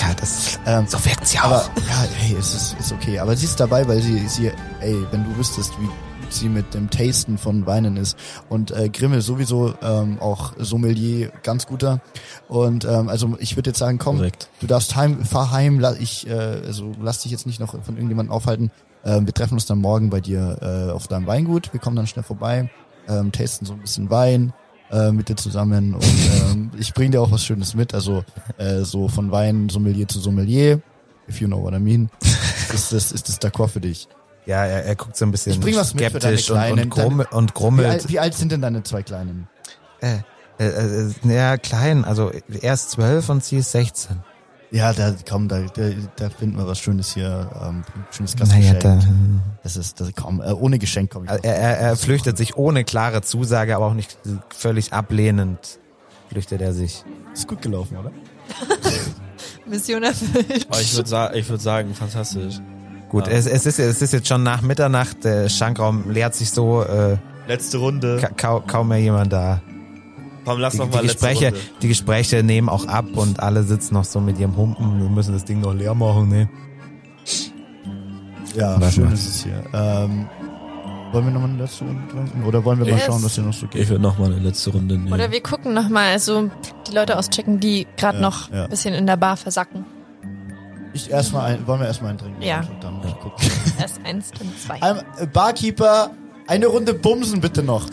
Speaker 1: Ja, das,
Speaker 5: Ähm,
Speaker 1: so wirkt sie auch.
Speaker 5: Aber ja, hey, es ist, ist okay. Aber sie ist dabei, weil sie, sie, ey, wenn du wüsstest, wie gut sie mit dem Tasten von Weinen ist. Und äh, Grimme sowieso ähm, auch Sommelier, ganz guter. Und ähm, also ich würde jetzt sagen, komm,
Speaker 3: Korrekt.
Speaker 5: du darfst heim, fahr heim, la, ich, äh, also lass dich jetzt nicht noch von irgendjemandem aufhalten. Ähm, wir treffen uns dann morgen bei dir äh, auf deinem Weingut. Wir kommen dann schnell vorbei, ähm, tasten so ein bisschen Wein äh, mit dir zusammen und ähm, (laughs) ich bring dir auch was Schönes mit, also äh, so von Wein Sommelier zu Sommelier, if you know what I (laughs) mean. Ist das, ist das d'accord für dich?
Speaker 1: ja, er, er guckt so ein bisschen
Speaker 5: Ich bring was mit für deine
Speaker 1: skeptisch und, und,
Speaker 5: Kleinen.
Speaker 1: grummel, und
Speaker 5: Wie,
Speaker 1: grummelt.
Speaker 5: alt, wie alt sind denn deine zwei Kleinen?
Speaker 1: Äh, äh, äh, ja, klein. Also er ist zwölf und sie ist 16.
Speaker 5: Ja, da komm, da, da, da finden wir was Schönes hier, ähm, schönes
Speaker 1: Naja,
Speaker 5: Gastgeschenk.
Speaker 1: da,
Speaker 5: das ist, das, komm, äh, ohne Geschenk komme ich.
Speaker 1: er, er, er flüchtet sich ohne klare Zusage, aber auch nicht völlig ablehnend flüchtet er sich.
Speaker 5: Ist gut gelaufen, oder?
Speaker 4: Mission erfüllt.
Speaker 3: Aber Oh, ich würde sa ich würd sagen, fantastisch.
Speaker 1: Gut,
Speaker 3: Ja.
Speaker 1: es, es, ist, es ist jetzt schon nach Mitternacht, der Schankraum leert sich so, äh,
Speaker 3: Letzte Runde.
Speaker 1: ka kau- kaum mehr jemand da.
Speaker 3: Komm, lass
Speaker 1: Die,
Speaker 3: noch mal
Speaker 1: die,
Speaker 3: letzte
Speaker 1: Gespräche,
Speaker 3: Runde.
Speaker 1: die Gespräche nehmen auch ab und alle sitzen noch so mit ihrem Humpen, wir müssen das Ding noch leer machen, ne?
Speaker 5: Ja,
Speaker 1: Warte
Speaker 5: schön
Speaker 1: mal.
Speaker 5: ist es hier. Ähm, wollen wir nochmal eine letzte Runde trinken? Oder wollen wir mal
Speaker 4: Yes.
Speaker 5: schauen, was hier noch so geht?
Speaker 3: Ich würde noch mal eine letzte Runde nehmen.
Speaker 1: Mhm.
Speaker 4: Oder wir gucken nochmal, also die Leute auschecken, die gerade
Speaker 5: Ja,
Speaker 4: noch
Speaker 5: ja.
Speaker 4: ein bisschen in der Bar versacken.
Speaker 5: Ich erstmal ein, wollen wir erstmal einen trinken? Also,
Speaker 4: Ja.
Speaker 5: Dann ich guck.
Speaker 4: Erst eins, dann zwei.
Speaker 5: Ein, äh, Barkeeper, eine Runde bumsen bitte noch.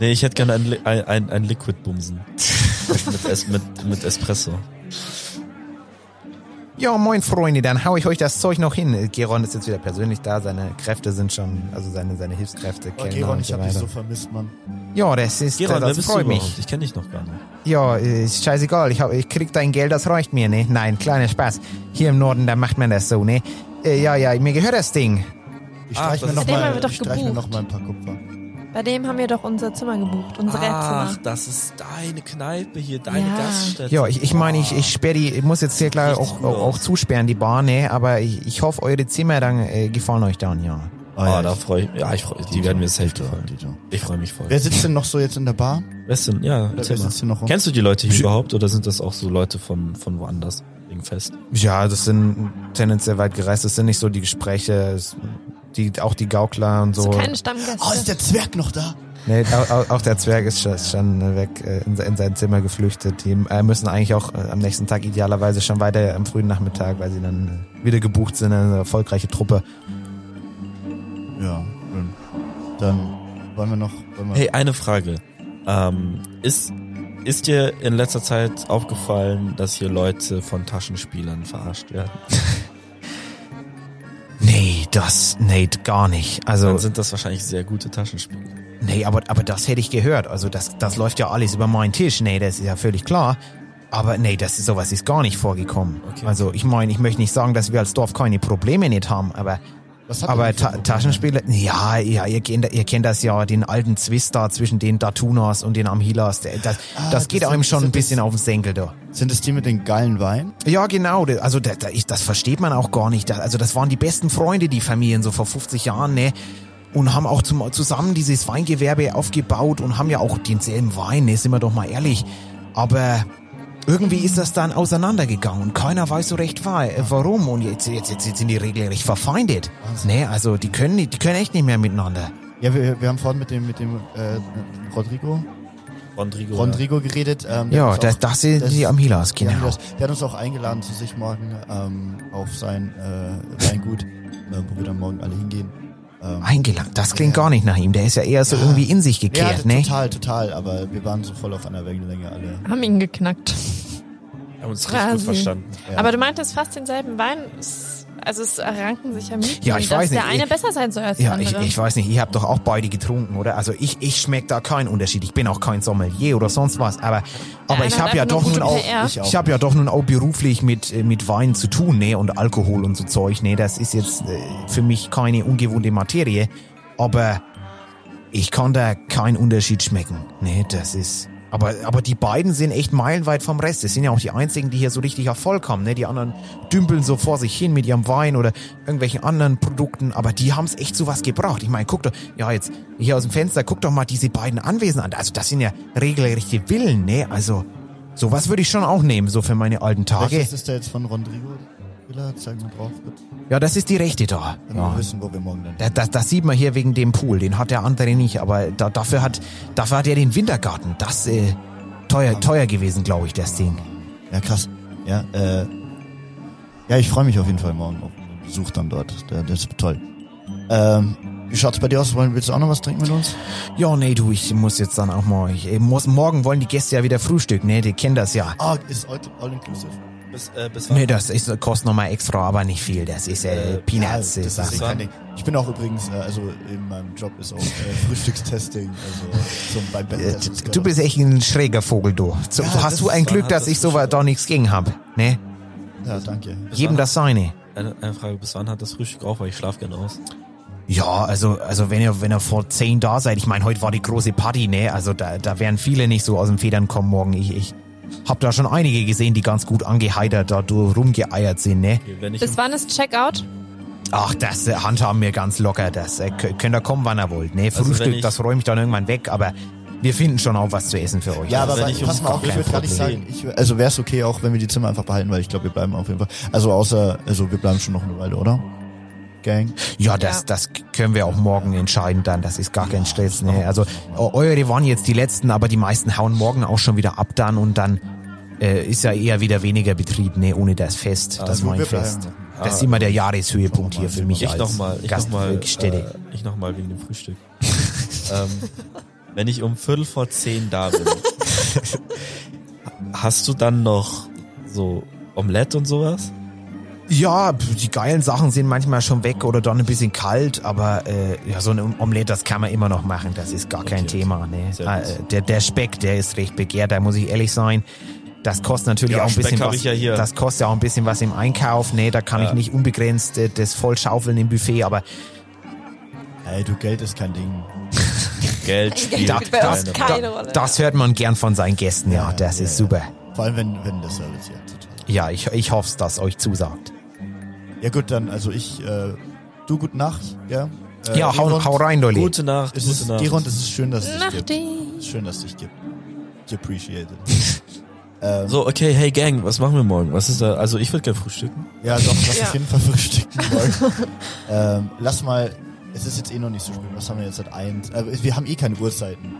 Speaker 3: Nee, ich hätte gerne ein, Li- ein, ein,
Speaker 1: (laughs)
Speaker 3: ein Liquid-Bumsen. mit, es mit, mit Espresso.
Speaker 1: Ja, moin Freunde, dann hau ich euch das Zeug noch hin. Geron ist jetzt wieder persönlich da, seine Kräfte sind schon, also seine, seine Hilfskräfte.
Speaker 5: Okay,
Speaker 1: Kellner
Speaker 5: Ron,
Speaker 1: und
Speaker 5: ich
Speaker 1: so
Speaker 5: hab dich
Speaker 1: weiter.
Speaker 5: so vermisst, Mann.
Speaker 1: Ja, das ist,
Speaker 3: Geron, wer
Speaker 1: das
Speaker 3: bist du
Speaker 1: freut mich.
Speaker 3: überhaupt? Ich kenne dich noch gar nicht.
Speaker 1: Ja, ist scheißegal. Ich, hab, ich krieg dein Geld, das reicht mir, ne? Nein, kleiner Spaß. Hier im Norden, da macht man das so, ne? Äh, ja, ja, mir gehört das Ding.
Speaker 5: Ich
Speaker 3: Ach,
Speaker 5: streich
Speaker 3: das
Speaker 5: mir
Speaker 3: ist-
Speaker 5: noch
Speaker 4: Dem haben wir
Speaker 5: mal,
Speaker 4: doch
Speaker 5: ich streich mir
Speaker 4: gebucht.
Speaker 5: noch mal ein paar Kupfer.
Speaker 4: Bei dem haben wir doch unser Zimmer gebucht, unsere
Speaker 1: Ah,
Speaker 3: Ach,
Speaker 4: Zimmer.
Speaker 3: das ist deine Kneipe hier, deine
Speaker 4: Ja.
Speaker 3: Gaststätte.
Speaker 1: Ja, ich, ich meine, ich, ich sperre die, ich muss jetzt hier klar
Speaker 3: Richtig
Speaker 1: auch,
Speaker 3: gut
Speaker 1: auch, auch
Speaker 3: aus.
Speaker 1: zusperren, die Bahn, ne? Aber ich, ich hoffe, eure Zimmer dann äh, gefallen euch dann, ja.
Speaker 3: Oh,
Speaker 5: Ah, ja,
Speaker 3: da
Speaker 5: ich-
Speaker 3: freue ich Ja, ich freu, die werden mir safe gefallen.
Speaker 5: Die Joe.
Speaker 3: Ich freue mich voll.
Speaker 5: Wer sitzt denn noch so jetzt in der Bar?
Speaker 3: Wer ist denn? Ja,
Speaker 5: Wer
Speaker 3: erzähl mal.
Speaker 5: sitzt hier noch rum?
Speaker 3: Kennst du die Leute hier überhaupt oder sind das auch so Leute von, von woanders? Wegen Fest.
Speaker 1: Ja, das sind tendenziell weit gereist. Das sind nicht so die Gespräche, es- die, auch die Gaukler und so.
Speaker 4: So Also keine Stammgäste.
Speaker 5: Oh, ist der Zwerg noch da?
Speaker 1: Nee, au- au- auch der Zwerg ist schon- schon weg äh, in se- in sein Zimmer geflüchtet. Die äh, müssen eigentlich auch äh, am nächsten Tag idealerweise schon weiter am frühen Nachmittag, weil sie dann äh, wieder gebucht sind, eine erfolgreiche Truppe.
Speaker 5: Ja, schön. Dann wollen wir noch. Wollen wir
Speaker 3: Hey, eine Frage. Ähm, ist, ist dir in letzter Zeit aufgefallen, dass hier Leute von Taschenspielern verarscht werden?
Speaker 1: Nee, das, nee, gar nicht.
Speaker 3: Dann
Speaker 1: Also,
Speaker 3: sind das wahrscheinlich sehr gute Taschenspieler.
Speaker 1: nee, aber, aber das hätte ich gehört. Also, das, das läuft ja alles über meinen Tisch. Nee, das ist ja völlig klar. Aber nee, das ist, sowas ist gar nicht vorgekommen.
Speaker 3: Okay.
Speaker 1: Also, ich meine, ich möchte nicht sagen, dass wir als Dorf keine Probleme nicht haben, aber
Speaker 5: was habt ihr
Speaker 1: Aber
Speaker 5: denn für
Speaker 1: Ta
Speaker 5: Probleme?
Speaker 1: Taschenspieler, ja, ja, ihr kennt, ihr kennt das ja, den alten Zwist da zwischen den Datunas und den Amhilas. Der- Das,
Speaker 5: Ah,
Speaker 1: das geht
Speaker 5: das
Speaker 1: einem
Speaker 5: sind-
Speaker 1: schon ein
Speaker 5: sind das-
Speaker 1: bisschen auf den Senkel da.
Speaker 5: Sind es die mit den geilen Wein?
Speaker 1: Ja, genau. der- Also da, da, ich, das versteht man auch gar nicht. Da- Also das waren die besten Freunde, die Familien, so vor 50 Jahren, ne? Und haben auch zum, zusammen dieses Weingewerbe aufgebaut und haben ja auch denselben Wein, ne? Sind wir doch mal ehrlich. Aber irgendwie ist das dann auseinandergegangen und keiner weiß so recht wa- äh, warum. Und jetzt, jetzt, jetzt, jetzt sind die regelrecht verfeindet. Ne? Also die können, nicht- die können echt nicht mehr miteinander.
Speaker 5: Ja, wir, wir haben vorhin mit dem, mit dem äh, Rodrigo,
Speaker 3: Rodrigo.
Speaker 5: Rodrigo geredet. Ähm, der
Speaker 1: Ja,
Speaker 5: hat uns
Speaker 1: das,
Speaker 5: auch-
Speaker 1: das sind die Amhilas,
Speaker 5: der hat
Speaker 1: genau.
Speaker 5: uns- Der hat uns auch eingeladen zu sich morgen ähm, auf sein äh, Weingut, äh, wo wir dann morgen alle hingehen. Ähm,
Speaker 1: Eingelangt. Das klingt
Speaker 5: Ja.
Speaker 1: gar nicht nach ihm. Der ist ja eher so
Speaker 5: Ja.
Speaker 1: irgendwie in sich
Speaker 5: ja,
Speaker 1: gekehrt, ne?
Speaker 5: total, total, aber wir waren so voll auf einer Wellenlänge alle.
Speaker 4: Haben ihn geknackt.
Speaker 3: Wir haben uns richtig gut
Speaker 4: Quasi.
Speaker 3: verstanden.
Speaker 5: Ja.
Speaker 4: Aber du meintest fast denselben Wein. Es- Also es ranken sich ja Mythen,
Speaker 1: Ja, ich
Speaker 4: dass
Speaker 1: weiß
Speaker 4: der
Speaker 1: nicht.
Speaker 4: eine
Speaker 1: Ich-
Speaker 4: besser sein soll als der
Speaker 1: Ja, ich,
Speaker 4: andere.
Speaker 1: ich weiß nicht, ihr habt doch auch beide getrunken, oder? Also ich, ich schmeck da keinen Unterschied. Ich bin auch kein Sommelier oder sonst was, aber, aber
Speaker 4: einer
Speaker 1: ich
Speaker 4: hat
Speaker 1: habe ja
Speaker 4: einfach
Speaker 1: doch
Speaker 4: nur
Speaker 1: nun
Speaker 4: gute
Speaker 1: auch,
Speaker 4: PR.
Speaker 1: ich, ich habe ja doch nun auch beruflich mit, äh, mit Wein zu tun, ne? Und Alkohol und so Zeug, ne? Das ist jetzt äh, für mich keine ungewohnte Materie, aber ich kann da keinen Unterschied schmecken, ne? Das ist, aber, aber die beiden sind echt meilenweit vom Rest. Das sind ja auch die einzigen, die hier so richtig Erfolg haben, ne? Die anderen dümpeln so vor sich hin mit ihrem Wein oder irgendwelchen anderen Produkten, aber die haben es echt zu was gebraucht. Ich meine, guck doch, ja, jetzt hier aus dem Fenster, guck doch mal diese beiden Anwesen an. Also, das sind ja regelrechte Villen, ne? Also, sowas würde ich schon auch nehmen, so für meine alten Tage.
Speaker 5: Welches ist der jetzt von Rodrigo? Villa? Zeig mal drauf, bitte.
Speaker 1: Ja, das ist die rechte da.
Speaker 5: Dann
Speaker 1: Ja.
Speaker 5: wir wissen, wo wir morgen dann
Speaker 1: Da- Das, das sieht man hier wegen dem Pool. Den hat der andere nicht, aber da, dafür, hat, dafür hat er den Wintergarten. Das äh, teuer, teuer gewesen, glaube ich, das Ding.
Speaker 5: Ja, krass. Ja, äh, ja ich freue mich auf jeden Fall morgen auf den Besuch dann dort. Der, das ist toll. Ähm, wie schaut's bei dir aus? Wollen- Willst du auch noch was trinken mit uns?
Speaker 1: Ja, nee, du, ich muss jetzt dann auch mal. Ich, ich muss, morgen wollen die Gäste ja wieder Frühstück, ne? Die kennen das ja.
Speaker 5: Ah, ist all, all inclusive.
Speaker 3: Bis, äh, bis wann?
Speaker 1: Nee, das ist, kostet nochmal extra, aber nicht viel. Das ist äh, Peanuts.
Speaker 5: ja,
Speaker 1: äh,
Speaker 5: das ist
Speaker 1: Sache.
Speaker 5: kein Ding. Ich bin auch übrigens, äh, also in meinem Job ist auch äh, Frühstückstesting, also zum beim
Speaker 1: Äh,
Speaker 5: Bettlassen.
Speaker 1: du bist echt ein schräger Vogel, du. So,
Speaker 5: Ja,
Speaker 1: hast
Speaker 5: das
Speaker 1: du ein
Speaker 3: ist-
Speaker 1: Glück,
Speaker 3: hat
Speaker 1: dass
Speaker 3: das
Speaker 1: ich so weit da nichts gegen hab, ne?
Speaker 5: Ja, danke.
Speaker 3: Bis
Speaker 1: Jedem
Speaker 3: wann-
Speaker 1: das seine.
Speaker 3: Eine, eine Frage, bis wann hat das Frühstück auf? Weil ich schlafe gerne aus.
Speaker 1: Ja, also, also wenn ihr, wenn ihr vor zehn da seid, ich meine, heute war die große Party, ne? Also da, da werden viele nicht so aus den Federn kommen morgen. Ich, ich hab da schon einige gesehen, die ganz gut angeheitert da durch rumgeeiert sind, ne?
Speaker 3: Okay, Wenn ich
Speaker 4: Bis wann ist Checkout?
Speaker 1: Ach, das äh, handhaben wir ganz locker. Das äh, kö- könnt ihr kommen, wann ihr wollt, ne?
Speaker 3: Also wenn
Speaker 1: Frühstück,
Speaker 3: ich-
Speaker 1: das räume ich dann irgendwann weg, aber wir finden schon auch was zu essen für euch.
Speaker 5: Ja, aber
Speaker 3: wenn
Speaker 5: wa-
Speaker 3: ich um-
Speaker 5: pass mal auf, Also ich
Speaker 1: kein
Speaker 5: würde gar nicht sagen, ich, wär- also wäre es okay, auch wenn wir die Zimmer einfach behalten, weil ich glaube, wir bleiben auf jeden Fall. Also außer, also wir bleiben schon noch eine Weile, oder? Gang.
Speaker 1: Ja, das,
Speaker 4: Ja.
Speaker 1: das können wir auch morgen entscheiden dann. Das ist gar kein Stress. Ne? Also eu- eure waren jetzt die letzten, aber die meisten hauen morgen auch schon wieder ab dann und dann äh, ist ja eher wieder weniger Betrieb, ne, ohne das Fest, das
Speaker 5: Ah, wo wir
Speaker 1: Weinfest.
Speaker 5: bleiben. Ah.
Speaker 1: Das ist immer der Jahreshöhepunkt hier für mich
Speaker 3: Ich
Speaker 1: als
Speaker 3: nochmal, ich nochmal, äh,
Speaker 1: Gaststätte.
Speaker 3: ich noch mal wegen dem Frühstück. (laughs) ähm, wenn ich um Viertel vor zehn da (laughs) bin, hast du dann noch so Omelette und sowas?
Speaker 1: Ja, pf, die geilen Sachen sind manchmal schon weg oder dann ein bisschen kalt, aber äh, ja, so ein Omelett, das kann man immer noch machen. Das ist gar kein
Speaker 3: Okay,
Speaker 1: Thema. Ne?
Speaker 3: Sehr
Speaker 1: Ah,
Speaker 3: gut.
Speaker 1: äh, der, der Speck, der ist recht begehrt, da muss ich ehrlich sein. Das kostet natürlich
Speaker 3: Ja,
Speaker 1: auch ein
Speaker 3: Speck
Speaker 1: bisschen
Speaker 3: hab
Speaker 1: was.
Speaker 3: ich ja hier.
Speaker 1: Das kostet ja auch ein bisschen was im Einkauf. Ne, da kann ich nicht unbegrenzt äh, das vollschaufeln im Buffet, aber
Speaker 5: Ey, du, Geld ist kein Ding.
Speaker 3: Geld spielt
Speaker 1: da,
Speaker 4: bei uns
Speaker 1: das,
Speaker 3: keine
Speaker 1: da,
Speaker 4: keine Rolle.
Speaker 1: das hört man gern von seinen Gästen. Ja,
Speaker 5: Ja,
Speaker 1: das
Speaker 5: ja,
Speaker 1: ist
Speaker 5: ja.
Speaker 1: super.
Speaker 5: Vor allem, wenn, wenn der Service hier total.
Speaker 1: Ja, ich, ich hoffe, dass euch zusagt.
Speaker 5: Ja gut, dann also ich, äh, du gute Nacht, ja. Äh,
Speaker 1: ja, hau,
Speaker 5: Dirund,
Speaker 1: hau rein, Dolly.
Speaker 3: Gute Nacht,
Speaker 5: Es
Speaker 3: gute
Speaker 5: ist,
Speaker 3: Nacht.
Speaker 5: Dirund, es ist schön, dass es dich gibt.
Speaker 4: Nachtig.
Speaker 5: Schön, dass es dich gibt. Ich appreciate it. ähm,
Speaker 3: So, okay, hey Gang, was machen wir morgen? Was ist da? Also ich würde gerne frühstücken.
Speaker 5: Ja, doch, lass
Speaker 4: Ja.
Speaker 5: auf jeden Fall frühstücken morgen. (laughs) ähm, lass mal, es ist jetzt eh noch nicht so spät, was haben wir jetzt seit eins? Äh, wir haben eh keine Uhrzeiten.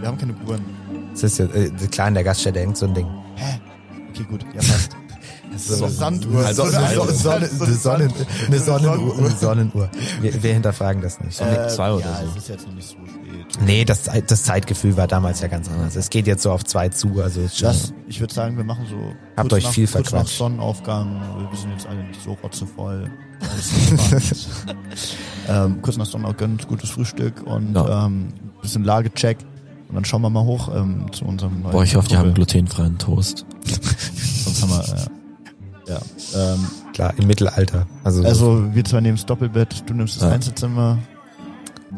Speaker 5: Wir haben keine Uhren.
Speaker 1: Das ist ja, äh, klar, in der Gaststätte hängt so ein Ding.
Speaker 5: Hä? Okay, gut,
Speaker 3: (laughs)
Speaker 5: ja passt. So eine Sanduhr.
Speaker 1: So- so- so- so- Sonnen- Eine Sonnen- eine Sonnenuhr. eine Sonnenuhr. Wir, wir hinterfragen das nicht.
Speaker 5: Äh,
Speaker 3: zwei oder
Speaker 5: ja,
Speaker 3: so.
Speaker 5: es ist jetzt noch nicht so spät.
Speaker 1: Nee, das, Zeit- das Zeitgefühl war damals ja ganz anders. Es geht jetzt so auf zwei zu, also ist schon.
Speaker 5: Lass, ich würde sagen, wir machen so.
Speaker 1: Habt
Speaker 5: kurz
Speaker 1: euch viel
Speaker 5: kurz nach
Speaker 1: verquatscht.
Speaker 5: Sonnenaufgang. Wir sind jetzt alle nicht so rotzevoll. Alles
Speaker 3: (laughs)
Speaker 5: entspannt. ähm, kurz nach Sonnenaufgang ein gutes Frühstück und
Speaker 3: Ja.
Speaker 5: ähm, ein bisschen Lagecheck. Und dann schauen wir mal hoch ähm, zu unserem neuen.
Speaker 3: Boah, ich hoffe, die haben
Speaker 5: Kumpel.
Speaker 3: glutenfreien Toast.
Speaker 5: Sonst haben wir, äh, ja. Ähm,
Speaker 1: Klar, im Mittelalter. Also,
Speaker 5: also, wir zwei nehmen das Doppelbett, du nimmst das
Speaker 3: Ja.
Speaker 5: Einzelzimmer.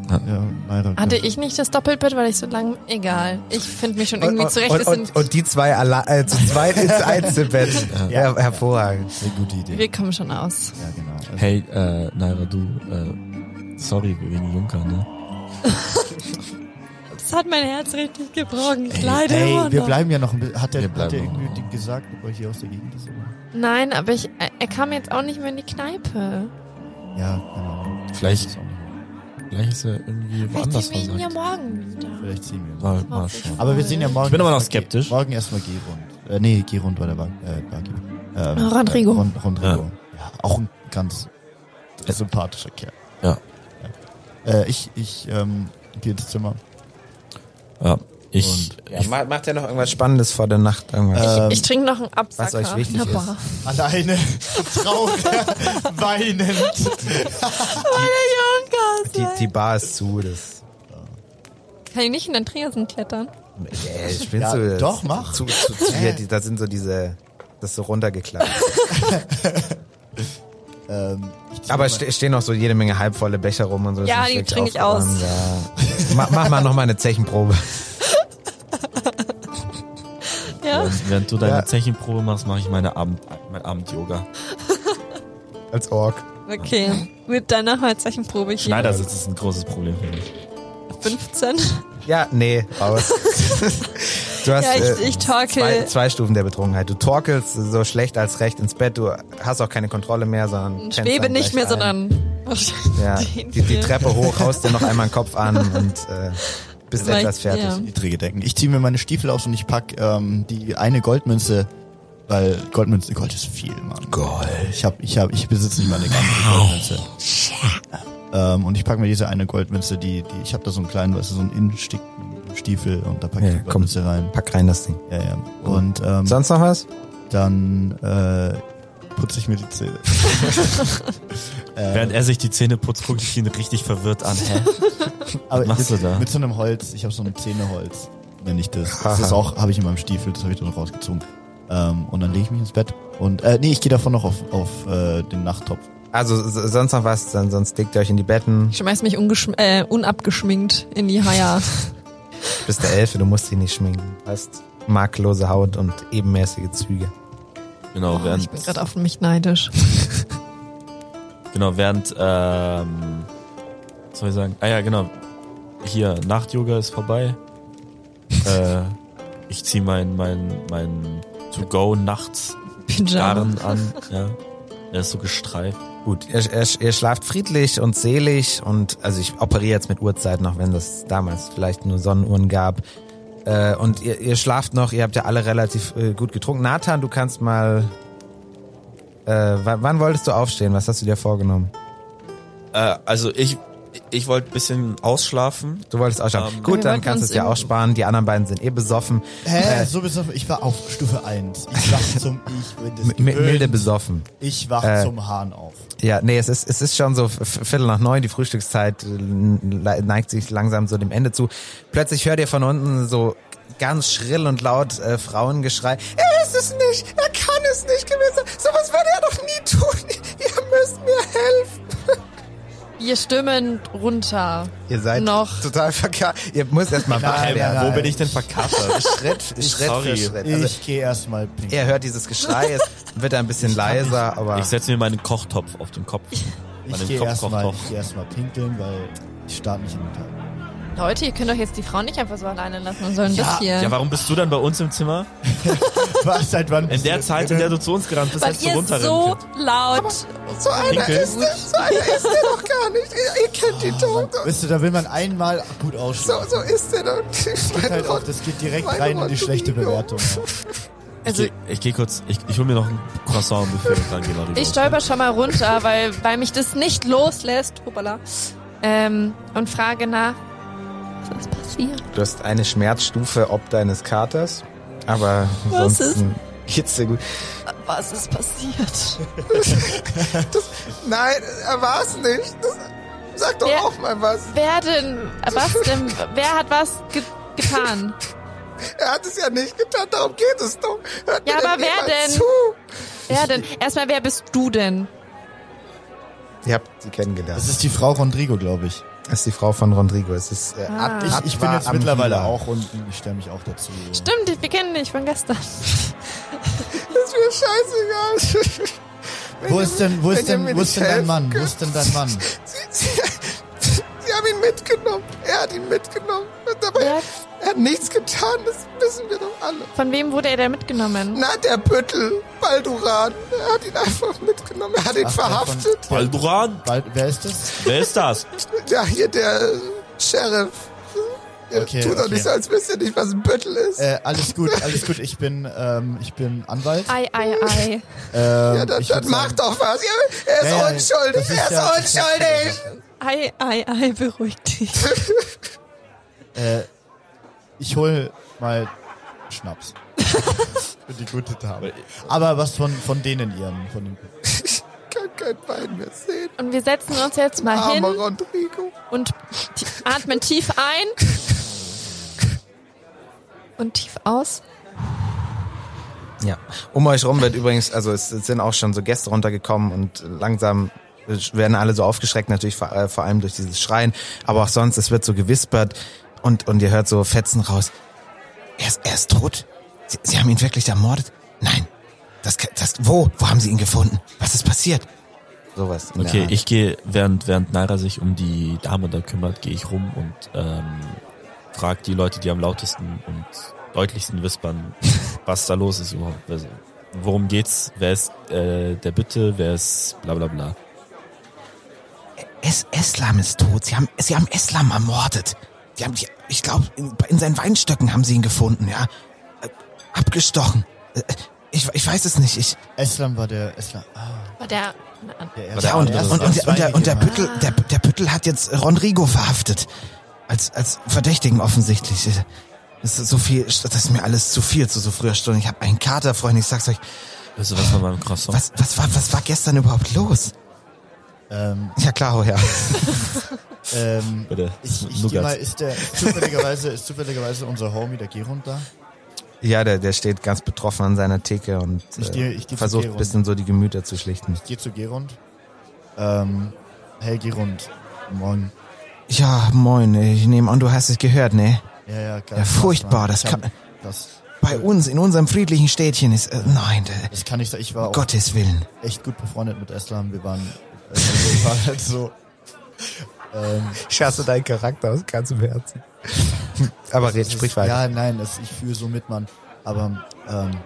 Speaker 3: Ja.
Speaker 5: Ja, leider.
Speaker 4: Hatte ich nicht das Doppelbett, weil ich so lang. Egal. Ich finde mich schon
Speaker 1: und,
Speaker 4: irgendwie
Speaker 1: und,
Speaker 4: zurecht.
Speaker 1: und,
Speaker 4: Wir sind-
Speaker 1: und, und die zwei alle, äh, zu zweit ins Einzelbett. Her hervorragend.
Speaker 5: Das ist eine gute Idee.
Speaker 4: wir kommen schon aus.
Speaker 5: Ja, genau. Also,
Speaker 3: Hey, äh, Naira, du, äh, sorry wegen Junker, ne?
Speaker 4: Das hat mein Herz richtig gebrochen. Ich leide immer
Speaker 5: Ey, wir
Speaker 4: noch.
Speaker 5: bleiben ja noch ein bisschen. Hat
Speaker 3: Wir
Speaker 5: der,
Speaker 3: bleiben
Speaker 5: hat der
Speaker 3: noch.
Speaker 5: irgendwie die gesagt, ob er hier aus der Gegend ist? Oder?
Speaker 4: Nein, aber ich, er er kam jetzt auch nicht mehr in die Kneipe.
Speaker 5: Ja, genau.
Speaker 3: Vielleicht-
Speaker 5: Ist auch nicht-
Speaker 3: Vielleicht ist er irgendwie
Speaker 4: Vielleicht
Speaker 3: woanders
Speaker 4: sehen wir ihn ja
Speaker 3: versagt.
Speaker 4: morgen wieder.
Speaker 5: Vielleicht sehen wir ihn.
Speaker 3: Mal, mal
Speaker 4: Hoffe ich.
Speaker 3: schauen.
Speaker 5: Aber wir sehen ja morgen.
Speaker 3: Ich bin immer noch
Speaker 5: erstmal Ge-
Speaker 3: skeptisch.
Speaker 5: Morgen erstmal Gerund. Äh, nee, Gerund war der Bar, äh, Barkeeper. Ähm,
Speaker 4: Ah, Rodrigo.
Speaker 5: Äh, Ron- Rodrigo. Ja. auch ein ganz sympathischer Kerl.
Speaker 3: Ja.
Speaker 5: Ja. Äh, ich ich ähm, gehe ins Zimmer.
Speaker 3: Ja, ich,
Speaker 1: Ja, ma- macht ja noch irgendwas Spannendes vor der Nacht. Irgendwas.
Speaker 5: Ähm,
Speaker 4: Ich trinke noch einen Absacker.
Speaker 1: Was euch wichtig
Speaker 4: Na, boah.
Speaker 5: alleine, traurig, weinend.
Speaker 4: Meine Junkers.
Speaker 1: die, die Bar ist zu. Das,
Speaker 4: Kann ich nicht in den Tresen klettern?
Speaker 1: äh, spinnst
Speaker 5: Ja,
Speaker 1: du das?
Speaker 5: doch, mach.
Speaker 1: Zu, zu, zu, hier, die, da sind so diese, das ist so runtergeklappt.
Speaker 5: Ähm, ich zieh
Speaker 1: Aber
Speaker 5: mal-
Speaker 1: es ste stehen noch so jede Menge halbvolle Becher rum und so.
Speaker 4: Ja,
Speaker 1: Das ist
Speaker 4: die
Speaker 1: schlecht
Speaker 4: trinke ich
Speaker 1: aufgeräumt,
Speaker 4: aus.
Speaker 1: Ja. Mach, mach mal nochmal eine Zechenprobe.
Speaker 4: Ja.
Speaker 3: während, während du deine
Speaker 1: Ja.
Speaker 3: Zechenprobe machst, mache ich meine Abend, mein Abend-Yoga.
Speaker 1: (laughs) Als Ork.
Speaker 4: Okay. Mit deiner Holzzeichenprobe hier.
Speaker 3: Schneidersitz ist ein großes Problem für mich.
Speaker 4: 15.
Speaker 1: Ja, nee, raus.
Speaker 4: (laughs)
Speaker 1: du hast
Speaker 4: Ja, ich,
Speaker 1: äh,
Speaker 4: ich torkel.
Speaker 1: zwei, zwei Stufen der Betrunkenheit. Du torkelst so schlecht als recht ins Bett. Du hast auch keine Kontrolle mehr, sondern pennst
Speaker 4: Schwebe
Speaker 1: dann
Speaker 4: nicht
Speaker 1: gleich
Speaker 4: mehr,
Speaker 1: ein.
Speaker 4: sondern (laughs)
Speaker 1: ja,
Speaker 4: wahrscheinlich
Speaker 1: die, die Treppe hoch, haust dir noch einmal den Kopf an und äh, bist
Speaker 4: Vielleicht,
Speaker 1: etwas fertig.
Speaker 4: ja.
Speaker 5: niedrige Decken. Ich ziehe mir meine Stiefel aus und ich pack ähm, die eine Goldmünze, weil Goldmünze, Gold ist viel, Mann. Gold. Ich hab, ich hab, ich besitze nicht mal eine ganze Goldmünze. Ähm, und ich pack mir diese eine Goldmünze, die, die ich habe da so einen kleinen, weißt du, so einen Innenstiefel und da pack ich
Speaker 1: Ja,
Speaker 5: die
Speaker 1: komm.
Speaker 5: Goldmünze rein.
Speaker 1: Pack rein das Ding.
Speaker 5: Ja, ja. Und ähm,
Speaker 1: Sonst noch was?
Speaker 5: dann äh, putze ich mir die Zähne.
Speaker 3: Während er sich die Zähne putzt, gucke ich ihn richtig verwirrt
Speaker 4: (laughs)
Speaker 3: an. Hä?
Speaker 5: Aber
Speaker 3: machst
Speaker 5: mit,
Speaker 3: du da?
Speaker 5: mit so einem Holz, ich habe so ein Zähneholz, nenne ich das. Das
Speaker 1: Haha.
Speaker 5: ist auch, habe ich in meinem Stiefel, das habe ich dann rausgezogen. Ähm, und dann lege ich mich ins Bett und äh, nee, ich gehe davon noch auf, auf äh, den Nachttopf.
Speaker 1: Also s- sonst noch was, dann, sonst legt ihr euch in die Betten.
Speaker 4: Ich schmeiß mich ungeschm- äh, unabgeschminkt in die Haya.
Speaker 1: Bist der Elfe, du musst dich nicht schminken. Du hast makellose Haut und ebenmäßige Züge.
Speaker 3: Genau,
Speaker 4: Oh,
Speaker 3: während,
Speaker 4: ich bin gerade auf mich neidisch.
Speaker 3: Genau, während, ähm, was soll ich sagen? Ah ja, genau. Hier, Nacht-Yoga ist
Speaker 4: (laughs)
Speaker 3: vorbei. äh, ich zieh mein, mein, mein To-Go-Nachts-Garn
Speaker 4: Pyjama.
Speaker 3: an. Ja. Er ist so gestreift.
Speaker 1: Gut, ihr, ihr, ihr schlaft friedlich und selig und also ich operiere jetzt mit Uhrzeiten, auch wenn das damals vielleicht nur Sonnenuhren gab. Äh, und ihr, ihr schlaft noch, ihr habt ja alle relativ äh, gut getrunken. Nathan, du kannst mal. Äh, wann, wann wolltest du aufstehen? Was hast du dir vorgenommen?
Speaker 3: Äh, also ich, ich wollte ein bisschen ausschlafen.
Speaker 1: Du wolltest ausschlafen.
Speaker 3: Ähm,
Speaker 4: Wir
Speaker 1: gut, dann
Speaker 4: wollten
Speaker 1: kannst du
Speaker 4: uns
Speaker 1: es dir
Speaker 4: im-
Speaker 1: auch sparen. Die anderen beiden sind eh besoffen.
Speaker 5: Hä? Äh, so besoffen? Ich war auf Stufe 1. Ich wach zum Ich bin das
Speaker 1: M mi- milde
Speaker 5: gewöhnt.
Speaker 1: besoffen.
Speaker 5: Ich wach
Speaker 1: Äh.
Speaker 5: zum Hahn auf.
Speaker 1: Ja, nee, es ist, es ist schon so v- Viertel nach neun, die Frühstückszeit äh, le- neigt sich langsam so dem Ende zu. Plötzlich hört ihr von unten so ganz schrill und laut äh, Frauengeschrei. Er ist es nicht! Er kann es nicht gewesen sein! Sowas würde er doch nie tun! (laughs) Ihr müsst mir helfen!
Speaker 4: Wir stimmen runter.
Speaker 1: Ihr seid
Speaker 4: Noch.
Speaker 1: total verkehrt. Ihr müsst erstmal wach
Speaker 5: Nein, nein,
Speaker 1: werden.
Speaker 5: nein.
Speaker 3: Wo bin ich denn verkatert?
Speaker 1: Schritt, Schritt für
Speaker 3: sorry.
Speaker 1: Schritt. Also,
Speaker 5: Ich gehe erstmal pinkeln.
Speaker 1: ihr hört dieses Geschrei, es wird ein bisschen leiser, aber...
Speaker 3: ich setze mir meinen Kochtopf auf den Kopf. Bei
Speaker 5: Ich
Speaker 3: dem
Speaker 5: gehe erstmal
Speaker 3: Kopfkochtopf.
Speaker 5: ich geh erstmal pinkeln, weil ich starte nicht in den Tag. (laughs)
Speaker 4: Leute, ihr könnt doch jetzt die Frau nicht einfach so alleine lassen und sollen das hier.
Speaker 3: Ja, warum bist du dann bei uns im Zimmer?
Speaker 5: Was, seit wann?
Speaker 3: In der Zeit, in der du zu uns gerannt bist,
Speaker 4: weil
Speaker 3: hast du
Speaker 4: ihr so
Speaker 3: runterrennen können.
Speaker 4: laut
Speaker 1: So einer
Speaker 3: Pinkel.
Speaker 1: ist der, so einer ist der doch gar nicht. Ihr, ihr kennt die doch.
Speaker 5: Weißt du, da will man einmal gut ausschauen.
Speaker 1: So, so ist der doch.
Speaker 5: Das geht halt auch, das geht direkt
Speaker 1: Meine
Speaker 5: rein in die
Speaker 1: Rodrigo.
Speaker 5: schlechte Bewertung.
Speaker 4: Also-
Speaker 3: ich, geh- ich gehe kurz, ich, ich hol mir noch ein Croissant, bevor ich dran gehe. Maribor.
Speaker 4: Ich stolper schon mal runter, weil, weil mich das nicht loslässt. Hoppala. Ähm, und frage nach, was passiert?
Speaker 1: Du hast eine Schmerzstufe ob deines Katers, aber
Speaker 4: Was
Speaker 1: ansonsten geht's dir gut.
Speaker 4: Was ist
Speaker 1: (laughs)
Speaker 4: passiert?
Speaker 1: Nein, er war's nicht. Das, sag doch
Speaker 4: Ja.
Speaker 1: auch mal was.
Speaker 4: Wer denn? Was denn? Wer hat was ge getan?
Speaker 1: Er hat es ja nicht getan, darum geht es doch. Hört
Speaker 4: Ja,
Speaker 1: mir
Speaker 4: aber wer
Speaker 1: jemand
Speaker 4: denn?
Speaker 1: Zu?
Speaker 4: Wer denn? Erstmal, wer bist du denn?
Speaker 1: Ihr habt sie kennengelernt.
Speaker 5: Das ist die Frau Rodrigo, glaube ich.
Speaker 1: Das ist die Frau von Rodrigo. Es ist äh,
Speaker 4: Ah.
Speaker 1: Ad-
Speaker 5: Ich, ich bin
Speaker 1: Adwa
Speaker 5: jetzt mittlerweile
Speaker 1: Amhila.
Speaker 5: auch unten, ich stelle mich auch dazu.
Speaker 4: Stimmt, wir kennen dich von gestern.
Speaker 1: Das ist mir scheißegal. (laughs) Wenn
Speaker 5: Wo
Speaker 1: ihr-
Speaker 5: ist denn, wo
Speaker 1: wenn
Speaker 5: ist
Speaker 1: ihr
Speaker 5: denn,
Speaker 1: mir
Speaker 5: wo
Speaker 1: nicht
Speaker 5: ist denn dein
Speaker 1: helfen
Speaker 5: Mann? Wo
Speaker 1: könnt.
Speaker 5: ist denn dein Mann?
Speaker 1: Sie, sie, sie haben ihn mitgenommen. Er hat ihn mitgenommen. Und dabei,
Speaker 4: Wer,
Speaker 1: er hat nichts getan. Das wissen wir doch alle.
Speaker 4: von wem wurde er denn mitgenommen?
Speaker 1: Na, der Büttel, Balduran. Er hat ihn einfach mitgenommen. Er hat ihn
Speaker 5: Ach, der
Speaker 1: verhaftet.
Speaker 3: Balduran,
Speaker 5: Bald, wer ist das?
Speaker 3: wer ist das?
Speaker 1: Ja, hier der äh, Sheriff. Ihr
Speaker 5: Okay,
Speaker 1: tut doch
Speaker 5: okay.
Speaker 1: nicht so, als wisst ihr nicht, was ein Büttel ist.
Speaker 5: Äh, alles gut, alles gut. Ich bin, ähm, ich bin Anwalt.
Speaker 4: Ei, ei, ei.
Speaker 5: Ähm,
Speaker 1: ja, das,
Speaker 5: ich würd
Speaker 1: das macht doch was. Ja, Er ist
Speaker 5: Ja, ja,
Speaker 1: unschuldig.
Speaker 5: das ist
Speaker 1: Er ist
Speaker 5: ja-
Speaker 1: unschuldig.
Speaker 4: Ei, ei, ei, beruhig dich.
Speaker 5: Äh, ich hol mal Schnaps.
Speaker 1: (laughs)
Speaker 5: Für die gute Dame. Aber was von, von denen ihren, von den
Speaker 1: Ich kann kein Bein mehr sehen.
Speaker 4: Und wir setzen uns jetzt mal hin
Speaker 1: Armer Rodrigo.
Speaker 4: und t- atmen tief ein und tief aus.
Speaker 1: Ja. Um euch rum wird übrigens, also es es sind auch schon so Gäste runtergekommen und langsam äh, werden alle so aufgeschreckt, natürlich vor, äh, vor allem durch dieses Schreien, aber auch sonst, es wird so gewispert und, und ihr hört so Fetzen raus. Er ist, er ist tot? Sie, sie haben ihn wirklich ermordet? Nein. Das, kann- das, wo? Wo haben sie ihn gefunden? Was ist passiert? Sowas. in der
Speaker 3: Okay,
Speaker 1: Art.
Speaker 3: ich gehe, während, während Naira sich um die Dame da kümmert, gehe ich rum und ähm, frage die Leute, die am lautesten und deutlichsten (laughs) wispern, was da los ist überhaupt. Also, worum geht's? Wer ist äh, der Bitte? Wer ist bla bla bla?
Speaker 1: Es, Eslam ist tot. Sie haben, sie haben Eslam ermordet. Sie haben, die- ich glaube, in, in seinen Weinstöcken haben sie ihn gefunden, ja. Äh, Abgestochen. Äh, Ich, ich weiß es nicht. Ich,
Speaker 5: Eslam war der Eslam. Ah,
Speaker 4: War der,
Speaker 3: War
Speaker 5: der erste.
Speaker 3: der
Speaker 1: ja, und,
Speaker 5: der
Speaker 1: und,
Speaker 5: erste,
Speaker 1: und, und,
Speaker 5: der
Speaker 1: der- und, der, und der
Speaker 5: zweite,
Speaker 1: Büttel, der, der Büttel hat jetzt Rodrigo verhaftet. Als, als Verdächtigen offensichtlich. Das ist so viel, das ist mir alles zu viel zu so früher Stunde. Ich habe einen Kater, Freunde. Ich sag's euch,
Speaker 3: Weißt du was von meinem Croissant?
Speaker 1: was, was war, was war gestern überhaupt los?
Speaker 5: ähm,
Speaker 1: Ja, klar, oh ja.
Speaker 5: ähm,
Speaker 3: Bitte.
Speaker 1: (laughs)
Speaker 5: ich, ich geh
Speaker 3: Nougat.
Speaker 5: mal, ist der ist zufälligerweise, ist zufälligerweise unser Homie, der Gerund da?
Speaker 1: Ja, der, der steht ganz betroffen an seiner Theke und äh,
Speaker 5: Ich gehe- ich gehe zu
Speaker 1: versucht
Speaker 5: Gero.
Speaker 1: ein bisschen so die Gemüter zu schlichten.
Speaker 5: Ich geh zu Gerund. Ähm, hey Gerund. Moin.
Speaker 1: Ja, moin, äh, ich nehme an, du hast es gehört, ne?
Speaker 5: Ja, ja, klar.
Speaker 1: Ja, furchtbar, das
Speaker 5: Ich hab-
Speaker 1: kann-
Speaker 5: Das,
Speaker 1: Bei uns, in unserem friedlichen Städtchen ist... Äh, nein, äh,
Speaker 5: das kann ich sagen. Ich war auch
Speaker 1: Gottes Willen.
Speaker 5: echt gut befreundet mit Eslam. Wir waren, also, wir waren halt so. Ähm,
Speaker 1: Ich hasse deinen Charakter aus ganzem Herzen. (laughs) Aber red,
Speaker 5: das ist- Ja, nein, das, ich fühle so mit, Mann. Aber ähm,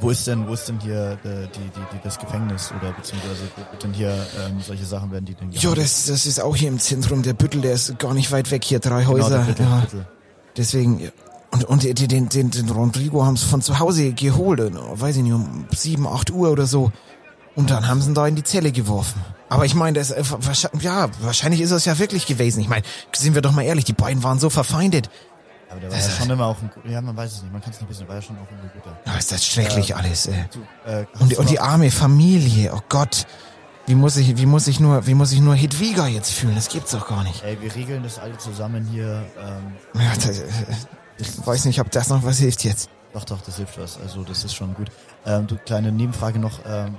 Speaker 5: wo ist denn, wo ist denn hier äh, die, die, die, das Gefängnis oder beziehungsweise wo wird denn hier ähm, solche Sachen werden die denn?
Speaker 1: Jo, das, das ist auch hier im Zentrum. Der Büttel, der ist gar nicht weit weg hier, drei Häuser.
Speaker 5: bitte,
Speaker 1: ja,
Speaker 5: bitte.
Speaker 1: deswegen... ja. Und, und die- die- den, den, den Rodrigo haben sie von zu Hause geholt, äh, weiß ich nicht, um sieben, acht Uhr oder so. Und dann haben sie ihn da in die Zelle geworfen. Aber ich meine, das, äh, wahrscheinlich, ja, wahrscheinlich ist es ja wirklich gewesen. Ich meine, sind wir doch mal ehrlich, die beiden waren so verfeindet.
Speaker 5: Aber der war ja
Speaker 1: halt
Speaker 5: schon immer auch ein guter. Ja, man weiß es nicht, man kann es nicht wissen. Der war ja schon auch ein guter.
Speaker 1: Ja, ist das schrecklich alles, ey.
Speaker 5: Du, äh, hast
Speaker 1: Und,
Speaker 5: du
Speaker 1: und die
Speaker 5: noch-
Speaker 1: arme Familie, oh Gott. Wie muss ich, wie muss ich nur, wie muss ich nur Hedwiga jetzt fühlen? Das gibt's doch gar nicht.
Speaker 5: Ey, wir regeln das alle zusammen hier. Ähm,
Speaker 1: Ja, das, äh, ich weiß nicht, ob das noch was hilft jetzt.
Speaker 5: Doch, doch, das hilft was. Also das ist schon gut. Ähm, du, kleine Nebenfrage noch. Ähm,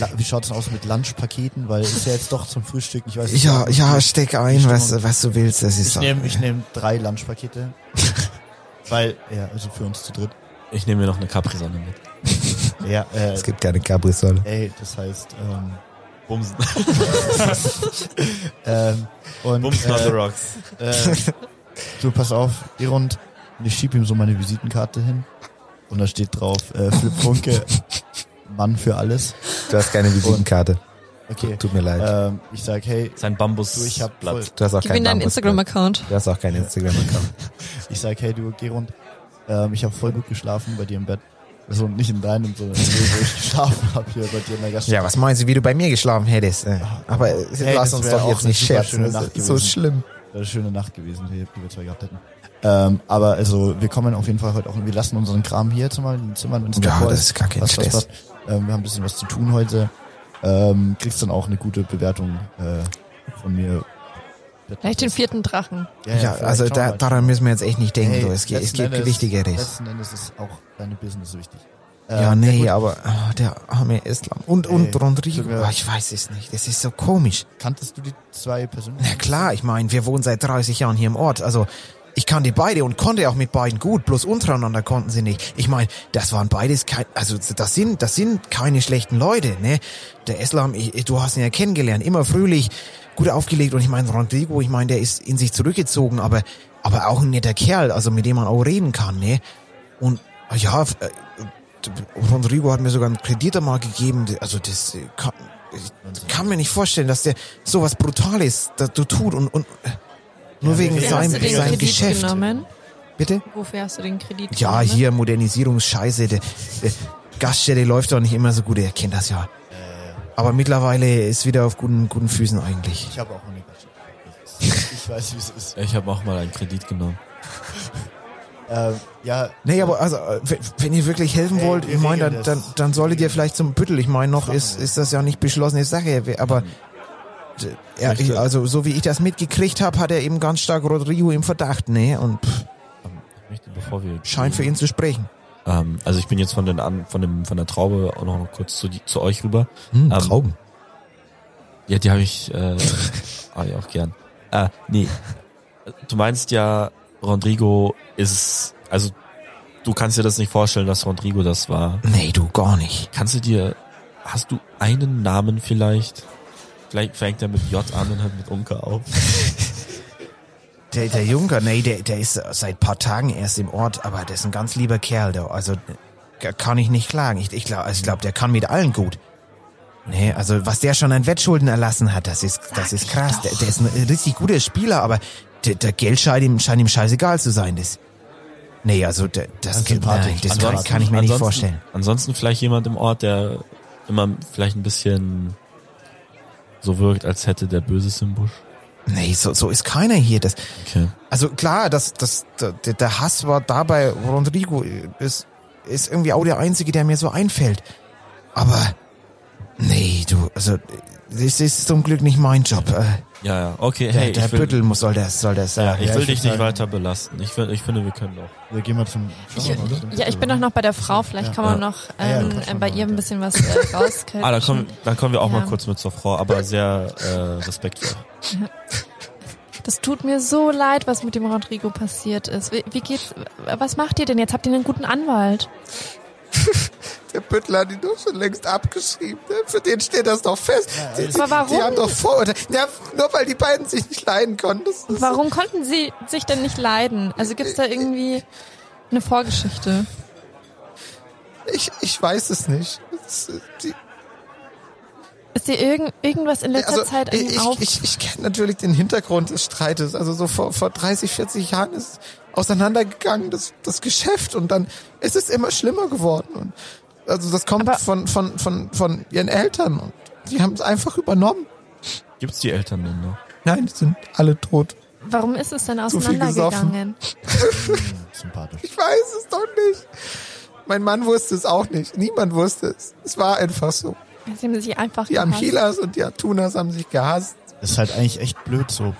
Speaker 5: la- wie schaut's denn aus mit Lunchpaketen? Weil ist ja jetzt doch zum Frühstück. Ich weiß nicht.
Speaker 1: Ja,
Speaker 5: ob-
Speaker 1: ja, steck ein,
Speaker 5: Stimmung.
Speaker 1: was, was du willst, das ist
Speaker 5: Ich
Speaker 1: doch.
Speaker 5: nehme ich nehm
Speaker 1: (laughs)
Speaker 5: drei Lunchpakete. weil, ja, also für uns zu dritt.
Speaker 3: Ich nehme mir noch eine Capri-Sonne mit.
Speaker 5: Ja, äh,
Speaker 1: Es gibt keine Cabrisole.
Speaker 5: ey, das heißt, ähm,
Speaker 3: Bumsen.
Speaker 5: Ähm, und
Speaker 3: Bumsen on the
Speaker 5: äh,
Speaker 3: rocks.
Speaker 5: äh, du, pass auf, Irund, und ich schieb ihm so meine Visitenkarte hin. Und da steht drauf, äh, Flip Funke, Mann für alles.
Speaker 1: Du hast keine Visitenkarte.
Speaker 5: Okay.
Speaker 1: Tut mir leid.
Speaker 5: Ähm, ich sag, hey,
Speaker 3: (laughs) Sein Bambus.
Speaker 5: du, ich hab voll,
Speaker 1: Du hast auch
Speaker 6: Gib ihm
Speaker 1: keinen
Speaker 6: deinen
Speaker 1: Bambus-
Speaker 6: Instagram-Account.
Speaker 1: Du hast auch keinen Instagram-Account.
Speaker 5: ich sag, hey, du, Gerund, ähm, ich hab voll gut geschlafen bei dir im Bett. Also nicht in deinem, sondern in dem, wo ich geschlafen hab hier bei dir in der Gaststätte.
Speaker 1: Ja, was meinen Sie, wie du bei mir geschlafen hättest? äh? Aber äh,
Speaker 5: Hey,
Speaker 1: lass
Speaker 5: das
Speaker 1: uns
Speaker 5: wär
Speaker 1: doch
Speaker 5: auch
Speaker 1: jetzt
Speaker 5: eine
Speaker 1: nicht
Speaker 5: super
Speaker 1: scherzen.
Speaker 5: schöne
Speaker 1: Das
Speaker 5: Nacht
Speaker 1: ist so
Speaker 5: gewesen.
Speaker 1: schlimm.
Speaker 5: Wäre eine schöne Nacht gewesen, die, die wir zwei gehabt hätten. Ähm, aber also, wir kommen auf jeden Fall heute auch, wir lassen unseren Kram hier zum Beispiel in den Zimmern. wenn's
Speaker 1: Ja,
Speaker 5: davor
Speaker 1: das ist gar kein
Speaker 5: was, was,
Speaker 1: Stress.
Speaker 5: was. Ähm, wir haben ein bisschen was zu tun heute. Ähm, kriegst dann auch eine gute Bewertung äh, von mir.
Speaker 4: Vielleicht den vierten Drachen.
Speaker 1: Ja,
Speaker 5: vielleicht
Speaker 1: also
Speaker 5: schauen wir
Speaker 1: da,
Speaker 5: mal.
Speaker 1: daran müssen wir jetzt echt nicht denken.
Speaker 5: Hey,
Speaker 1: so. es, ge- es
Speaker 5: letzten
Speaker 1: gibt
Speaker 5: Endes-
Speaker 1: Wichtigeres.
Speaker 5: Letzten Endes ist auch deine Business wichtig.
Speaker 1: Ja,
Speaker 5: Ähm,
Speaker 1: nee,
Speaker 5: gut,
Speaker 1: aber oh, der arme Islam. Und, und
Speaker 5: Ey,
Speaker 1: Rodrigo.
Speaker 5: tut mir-
Speaker 1: Oh, ich weiß es nicht. Das ist so komisch.
Speaker 5: Kanntest du die zwei persönlich?
Speaker 1: Na klar, ich meine, wir wohnen seit 30 Jahren hier im Ort. Also, ich kannte beide und konnte auch mit beiden gut, bloß untereinander konnten sie nicht. Ich meine, das waren beides kein, also das sind, das sind keine schlechten Leute, ne? Der Islam, ich, ich- du hast ihn ja kennengelernt, immer fröhlich, gut aufgelegt und ich meine, Rodrigo, ich meine, der ist in sich zurückgezogen, aber, aber auch ein netter Kerl, also mit dem man auch reden kann, ne? Und ja, f- äh, Rodrigo hat mir sogar einen Kredit einmal gegeben, also das äh, kann, ich kann mir nicht vorstellen, dass der sowas Brutales da, du tut und, und äh, nur
Speaker 5: Ja,
Speaker 1: wegen
Speaker 5: okay.
Speaker 1: seinem,
Speaker 6: Hast du den
Speaker 1: seinem
Speaker 6: Kredit
Speaker 1: Geschäft.
Speaker 6: genommen? ne?
Speaker 1: Bitte?
Speaker 6: Wofür hast du den Kredit
Speaker 1: Ja,
Speaker 6: genommen?
Speaker 1: hier Modernisierungsscheiße. Der, der Gaststätte läuft doch nicht immer so gut, ihr kennt das ja. Aber mittlerweile ist wieder auf guten, guten Füßen eigentlich.
Speaker 5: Ich habe auch eine Gaststätte. Ich weiß, wie es ist.
Speaker 3: Ich habe auch mal einen Kredit genommen.
Speaker 5: Ähm, ja,
Speaker 1: Nee, aber also, äh, wenn- wenn ihr wirklich helfen
Speaker 5: Ey,
Speaker 1: wollt,
Speaker 5: wir
Speaker 1: ich meine, dann,
Speaker 5: regeln
Speaker 1: dann,
Speaker 5: das.
Speaker 1: dann solltet ihr vielleicht zum Büttel. Ich meine, noch
Speaker 5: Das machen
Speaker 1: ist,
Speaker 5: wir.
Speaker 1: ist das ja nicht beschlossene Sache, wir-
Speaker 5: Hm.
Speaker 1: aber d- ja,
Speaker 3: Richtig.
Speaker 1: ich- also so wie ich das mitgekriegt habe, hat er eben ganz stark Rodrigo im Verdacht, ne? Und pff,
Speaker 3: Ich möchte, bevor wir
Speaker 1: scheint für ihn zu sprechen.
Speaker 3: Ähm, also ich bin jetzt von den an, von dem von der Traube auch noch kurz zu, die, zu euch rüber.
Speaker 1: Hm,
Speaker 3: Ähm,
Speaker 1: Trauben.
Speaker 3: Ja, die habe ich äh,
Speaker 1: (laughs)
Speaker 3: ah, ja, auch gern. Äh, nee. Du meinst ja, Rodrigo ist also du kannst dir das nicht vorstellen, dass Rodrigo das war.
Speaker 1: Nee, du gar nicht.
Speaker 3: Kannst du dir hast du einen Namen vielleicht? Vielleicht fängt er mit J an und hört mit Unka auf.
Speaker 1: Der, der Junker, nee, der, der ist seit paar Tagen erst im Ort, aber der ist ein ganz lieber Kerl, der, also äh, kann ich nicht klagen. Ich, ich glaube, also ich glaub, der kann mit allen gut. Nee, also was der schon an Wettschulden erlassen hat, das ist, das ist krass. Der, der ist ein richtig guter Spieler, aber der, der Geld scheint ihm, scheint ihm scheißegal zu sein. Das, nee, also der, das,
Speaker 5: Also
Speaker 1: nein, das kann,
Speaker 3: Ansonsten-
Speaker 1: kann ich mir nicht
Speaker 3: ansonsten-
Speaker 1: vorstellen.
Speaker 3: Ansonsten vielleicht jemand im Ort, der immer vielleicht ein bisschen so wirkt, als hätte der Böses im Busch.
Speaker 1: Nee, so, so ist keiner hier. Das,
Speaker 3: Okay.
Speaker 1: Also klar, das, das, der, der Hass war dabei, Rodrigo ist, ist irgendwie auch der Einzige, der mir so einfällt. Aber nee, du, also das ist zum Glück nicht mein Job. Äh,
Speaker 3: Ja, ja. Okay,
Speaker 1: der
Speaker 3: hey,
Speaker 1: der
Speaker 3: ich will,
Speaker 1: Büttel muss, soll das, soll das
Speaker 3: ja,
Speaker 1: sagen.
Speaker 3: ich
Speaker 5: Ja,
Speaker 3: will
Speaker 5: ich
Speaker 3: dich
Speaker 5: würd
Speaker 3: nicht
Speaker 5: sagen-
Speaker 3: weiter belasten. Ich, will, ich finde, wir können doch.
Speaker 5: wir gehen mal zum
Speaker 4: Ich,
Speaker 5: schauen wir mal.
Speaker 4: ja, ich bin doch noch bei der Frau. Vielleicht kann man noch
Speaker 5: Ah ja,
Speaker 4: ähm,
Speaker 5: quatsch mal
Speaker 4: bei
Speaker 5: noch
Speaker 4: ihr ein
Speaker 5: weiter.
Speaker 4: bisschen was
Speaker 5: (laughs)
Speaker 4: äh, rauskitzeln.
Speaker 3: Ah, dann kommen, dann kommen wir auch
Speaker 4: Ja.
Speaker 3: mal kurz mit zur Frau, aber sehr äh, respektvoll.
Speaker 4: Das tut mir so leid, was mit dem Rodrigo passiert ist. Wie, wie geht's? Was macht ihr denn jetzt? Habt ihr einen guten Anwalt?
Speaker 1: Der Büttel hat ihn doch schon längst abgeschrieben. ne? Für den steht das doch fest.
Speaker 3: also-
Speaker 4: die- Aber warum? die haben
Speaker 1: doch Vorurteile. nur weil die beiden sich nicht leiden konnten.
Speaker 4: Warum konnten sie sich denn nicht leiden? Also gibt's da irgendwie eine Vorgeschichte?
Speaker 1: ich, ich weiß es nicht.
Speaker 4: Ist dir irgend, irgendwas in
Speaker 5: Also,
Speaker 4: letzter Zeit
Speaker 5: äh,
Speaker 4: an
Speaker 1: Also, ich,
Speaker 4: ihm auf?
Speaker 1: ich, ich, ich kenne natürlich den Hintergrund des Streites. Also so vor, vor 30, 40 Jahren ist auseinandergegangen das, das Geschäft und dann ist es immer schlimmer geworden. Und also das kommt
Speaker 4: Aber-
Speaker 1: von, von, von, von ihren Eltern und die haben es einfach übernommen.
Speaker 3: Gibt's die Eltern denn noch?
Speaker 1: Nein, die sind alle tot.
Speaker 4: Warum ist es denn
Speaker 1: Zu viel
Speaker 4: auseinandergegangen?
Speaker 5: Sympathisch.
Speaker 1: Ich weiß es doch nicht. Mein Mann wusste es auch nicht. Niemand wusste es. Es war einfach so.
Speaker 4: Sie haben sich einfach
Speaker 1: Die
Speaker 4: gehasst.
Speaker 1: Amhilas und die Atunas haben sich gehasst.
Speaker 5: Das ist halt eigentlich echt blöd so.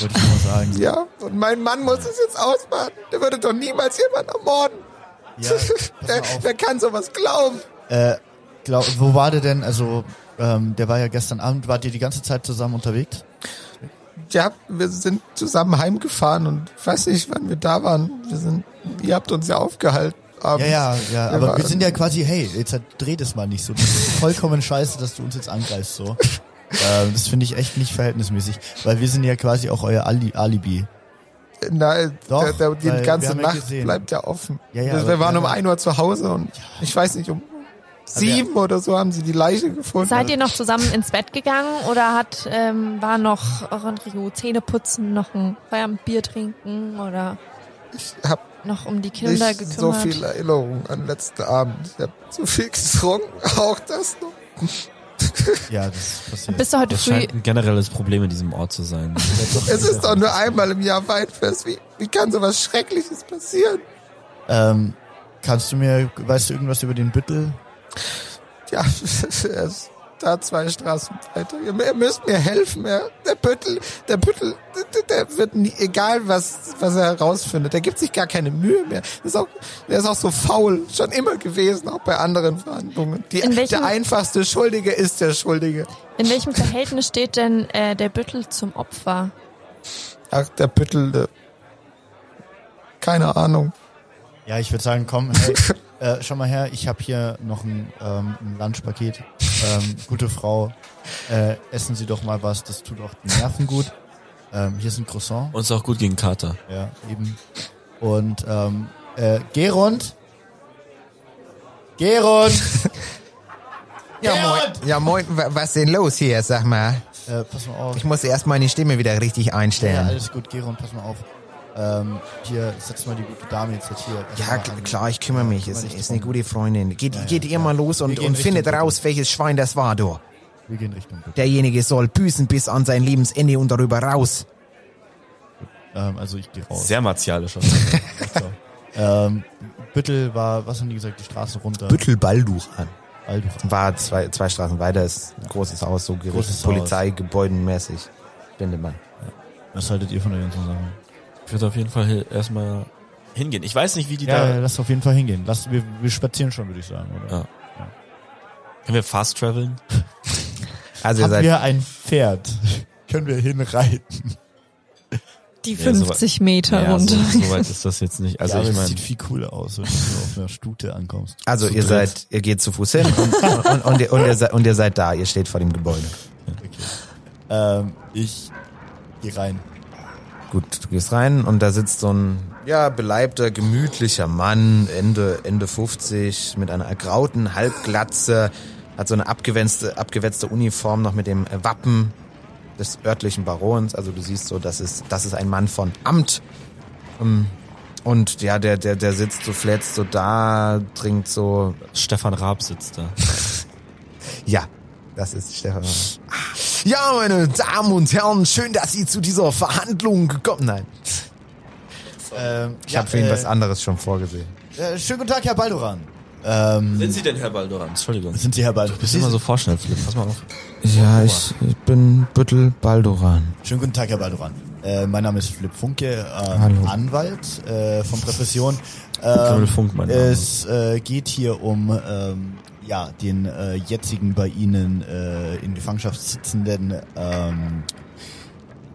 Speaker 5: Wollte ich mal sagen.
Speaker 1: Ja, und mein Mann muss es jetzt ausbaden. Der würde doch niemals jemanden ermorden. (laughs)
Speaker 5: Ja, pass mal auf.
Speaker 1: kann sowas glauben?
Speaker 5: Äh, glaub, wo war der denn? Also, ähm, der war ja gestern Abend. Wart ihr die ganze Zeit zusammen unterwegs?
Speaker 1: Ja, wir sind zusammen heimgefahren und ich weiß nicht, wann wir da waren. Wir sind, ihr habt uns ja aufgehalten. Abend.
Speaker 5: Ja, ja, ja, aber
Speaker 1: war-
Speaker 5: wir sind ja quasi, hey, jetzt halt, dreh das mal nicht so. Das ist vollkommen scheiße, dass du uns jetzt angreifst, so. ähm, das finde ich echt nicht verhältnismäßig, weil wir sind ja quasi auch euer Ali Alibi.
Speaker 1: Nein,
Speaker 5: Doch,
Speaker 1: der, der,
Speaker 5: weil
Speaker 1: die
Speaker 5: wir
Speaker 1: ganze
Speaker 5: haben ja
Speaker 1: Nacht
Speaker 5: gesehen.
Speaker 1: bleibt ja offen.
Speaker 5: Ja, ja,
Speaker 1: also
Speaker 5: aber-
Speaker 1: wir waren um
Speaker 5: ja.
Speaker 1: 1 Uhr zu Hause und ich weiß nicht, um sieben oder so haben sie die Leiche gefunden.
Speaker 4: Seid ihr noch zusammen ins Bett gegangen oder hat ähm, war noch Rio Zähne putzen, noch ein Feierabend Bier trinken oder
Speaker 1: ich habe
Speaker 4: noch um die Kinder
Speaker 1: nicht
Speaker 4: gekümmert?
Speaker 1: so viel Erinnerung an den letzten Abend. Ich habe zu viel getrunken, (laughs) auch das noch.
Speaker 5: Ja, das passiert.
Speaker 4: Bist du heute
Speaker 3: Das
Speaker 4: früh
Speaker 3: scheint ein generelles Problem in diesem Ort zu
Speaker 4: (laughs)
Speaker 3: sein.
Speaker 1: Es ist doch nur einmal im Jahr Weinfest. Wie, wie kann sowas Schreckliches passieren?
Speaker 5: ähm, kannst du mir, weißt du irgendwas über den Büttel?
Speaker 1: Ja, (laughs) er ist da zwei Straßen weiter. Ihr, ihr müsst mir helfen. Ja. Der Büttel, der Büttel, der, der wird nie, egal was, was er herausfindet, der gibt sich gar keine Mühe mehr. Der ist auch, der ist auch so faul, schon immer gewesen, auch bei anderen Verhandlungen. Die,
Speaker 4: In welchem-
Speaker 1: der einfachste Schuldige ist der Schuldige.
Speaker 4: In welchem Verhältnis steht denn äh, der Büttel zum Opfer?
Speaker 1: Ach, der Büttel, der, keine Ahnung.
Speaker 5: Ja, ich würde sagen, komm,
Speaker 1: (laughs)
Speaker 5: hey, äh, schau mal her, ich habe hier noch ein, ähm, ein Lunchpaket. Ähm, gute Frau, äh, essen Sie doch mal was, das tut auch den Nerven gut. Ähm, hier ist ein Croissant.
Speaker 3: Uns auch gut gegen Kater.
Speaker 5: Ja, eben. Und ähm, äh, Gerund. Gerund.
Speaker 1: Ja, moin. Ja, moin. Wa- Was ist denn los hier? Sag mal.
Speaker 5: äh, pass mal auf.
Speaker 1: Ich muss erst meine Stimme wieder richtig
Speaker 5: Ja,
Speaker 1: einstellen.
Speaker 5: alles gut, Gerund, pass mal auf. Ähm, hier, setz mal die gute Dame jetzt halt hier. erst
Speaker 1: Ja,
Speaker 5: mal
Speaker 1: kl-
Speaker 5: an.
Speaker 1: klar, ich kümmere mich.
Speaker 5: Kümmere
Speaker 1: Ist,
Speaker 5: dich
Speaker 1: ist
Speaker 5: drum.
Speaker 1: eine gute Freundin. Geht,
Speaker 5: ja,
Speaker 1: geht ihr
Speaker 5: klar.
Speaker 1: mal los
Speaker 5: Wir
Speaker 1: und,
Speaker 5: gehen
Speaker 1: und findet
Speaker 5: Richtung
Speaker 1: raus, welches Schwein das war, du.
Speaker 5: Wir gehen Richtung Bild.
Speaker 1: Derjenige soll büßen bis an sein Lebensende und darüber raus.
Speaker 5: Ähm, also ich gehe raus.
Speaker 3: Sehr martialischer.
Speaker 5: So. ähm, Büttel war, was haben die gesagt, die Straße runter.
Speaker 1: Büttelbalduran.
Speaker 5: Alduch.
Speaker 1: War zwei, zwei Straßen weiter, ist ein großes Haus, so
Speaker 5: Großes
Speaker 1: gerichtet,
Speaker 5: Haus.
Speaker 1: polizeigebäudenmäßig. Bindet man.
Speaker 5: Was haltet ihr von der ganzen Sache?
Speaker 3: Ich würde auf jeden Fall hier erstmal hingehen. Ich weiß nicht, wie die
Speaker 5: Ja,
Speaker 3: da.
Speaker 5: lass auf jeden Fall hingehen. Lass, wir, wir spazieren schon, würde ich sagen, oder?
Speaker 3: Ja. Können wir fast traveln?
Speaker 1: Also ihr
Speaker 5: Haben
Speaker 1: seid,
Speaker 5: wir ein Pferd? (laughs) Können wir hinreiten?
Speaker 4: Die
Speaker 3: Ja, so
Speaker 4: 50 Meter
Speaker 3: so,
Speaker 4: runter.
Speaker 3: so weit ist das jetzt nicht. Also
Speaker 5: ja, aber
Speaker 3: ich
Speaker 5: es
Speaker 3: meine,
Speaker 5: sieht viel cooler aus, wenn du so auf einer Stute ankommst.
Speaker 1: also
Speaker 5: Zu
Speaker 1: ihr
Speaker 5: dritt.
Speaker 1: seid, ihr geht zu Fuß hin und, und, und, und, ihr, und, ihr, seid- und ihr seid da, ihr steht vor dem Gebäude.
Speaker 5: Ähm, ich geh rein.
Speaker 1: Gut, du gehst rein und da sitzt so ein ja beleibter, gemütlicher Mann, Ende Ende 50, mit einer ergrauten Halbglatze, hat so eine abgewetzte, abgewetzte Uniform noch mit dem äh, Wappen des örtlichen Barons. Also du siehst so, das ist das ist ein Mann von Amt. Ähm, Und ja, der der der sitzt so flätzt so da, trinkt so
Speaker 3: Stefan Raab sitzt da.
Speaker 1: ja, das ist Stefan. Ja, meine Damen und Herren, schön, dass Sie zu dieser Verhandlung gekommen. Nein.
Speaker 5: Ähm,
Speaker 1: Ich habe für ihn was anderes schon vorgesehen.
Speaker 5: Äh, schönen guten Tag, Herr Balduran. Ähm,
Speaker 3: Sind Sie denn Herr Baldoran? Entschuldigung.
Speaker 5: sind Sie Herr Balduran?
Speaker 3: Bist immer so vorschnell, Philipp. Pass mal auf.
Speaker 1: Ja, ich bin Büttel Baldoran.
Speaker 5: Schönen guten Tag, Herr Balduran. Äh, mein Name ist Philipp Funke, ähm,
Speaker 1: Hallo.
Speaker 5: Anwalt äh, (laughs) von Profession.
Speaker 3: Colonel
Speaker 5: Ähm,
Speaker 3: Funk, mein Name.
Speaker 5: es äh, geht hier um ähm, ja, den äh, jetzigen bei Ihnen äh, in Gefangenschaft sitzenden ähm,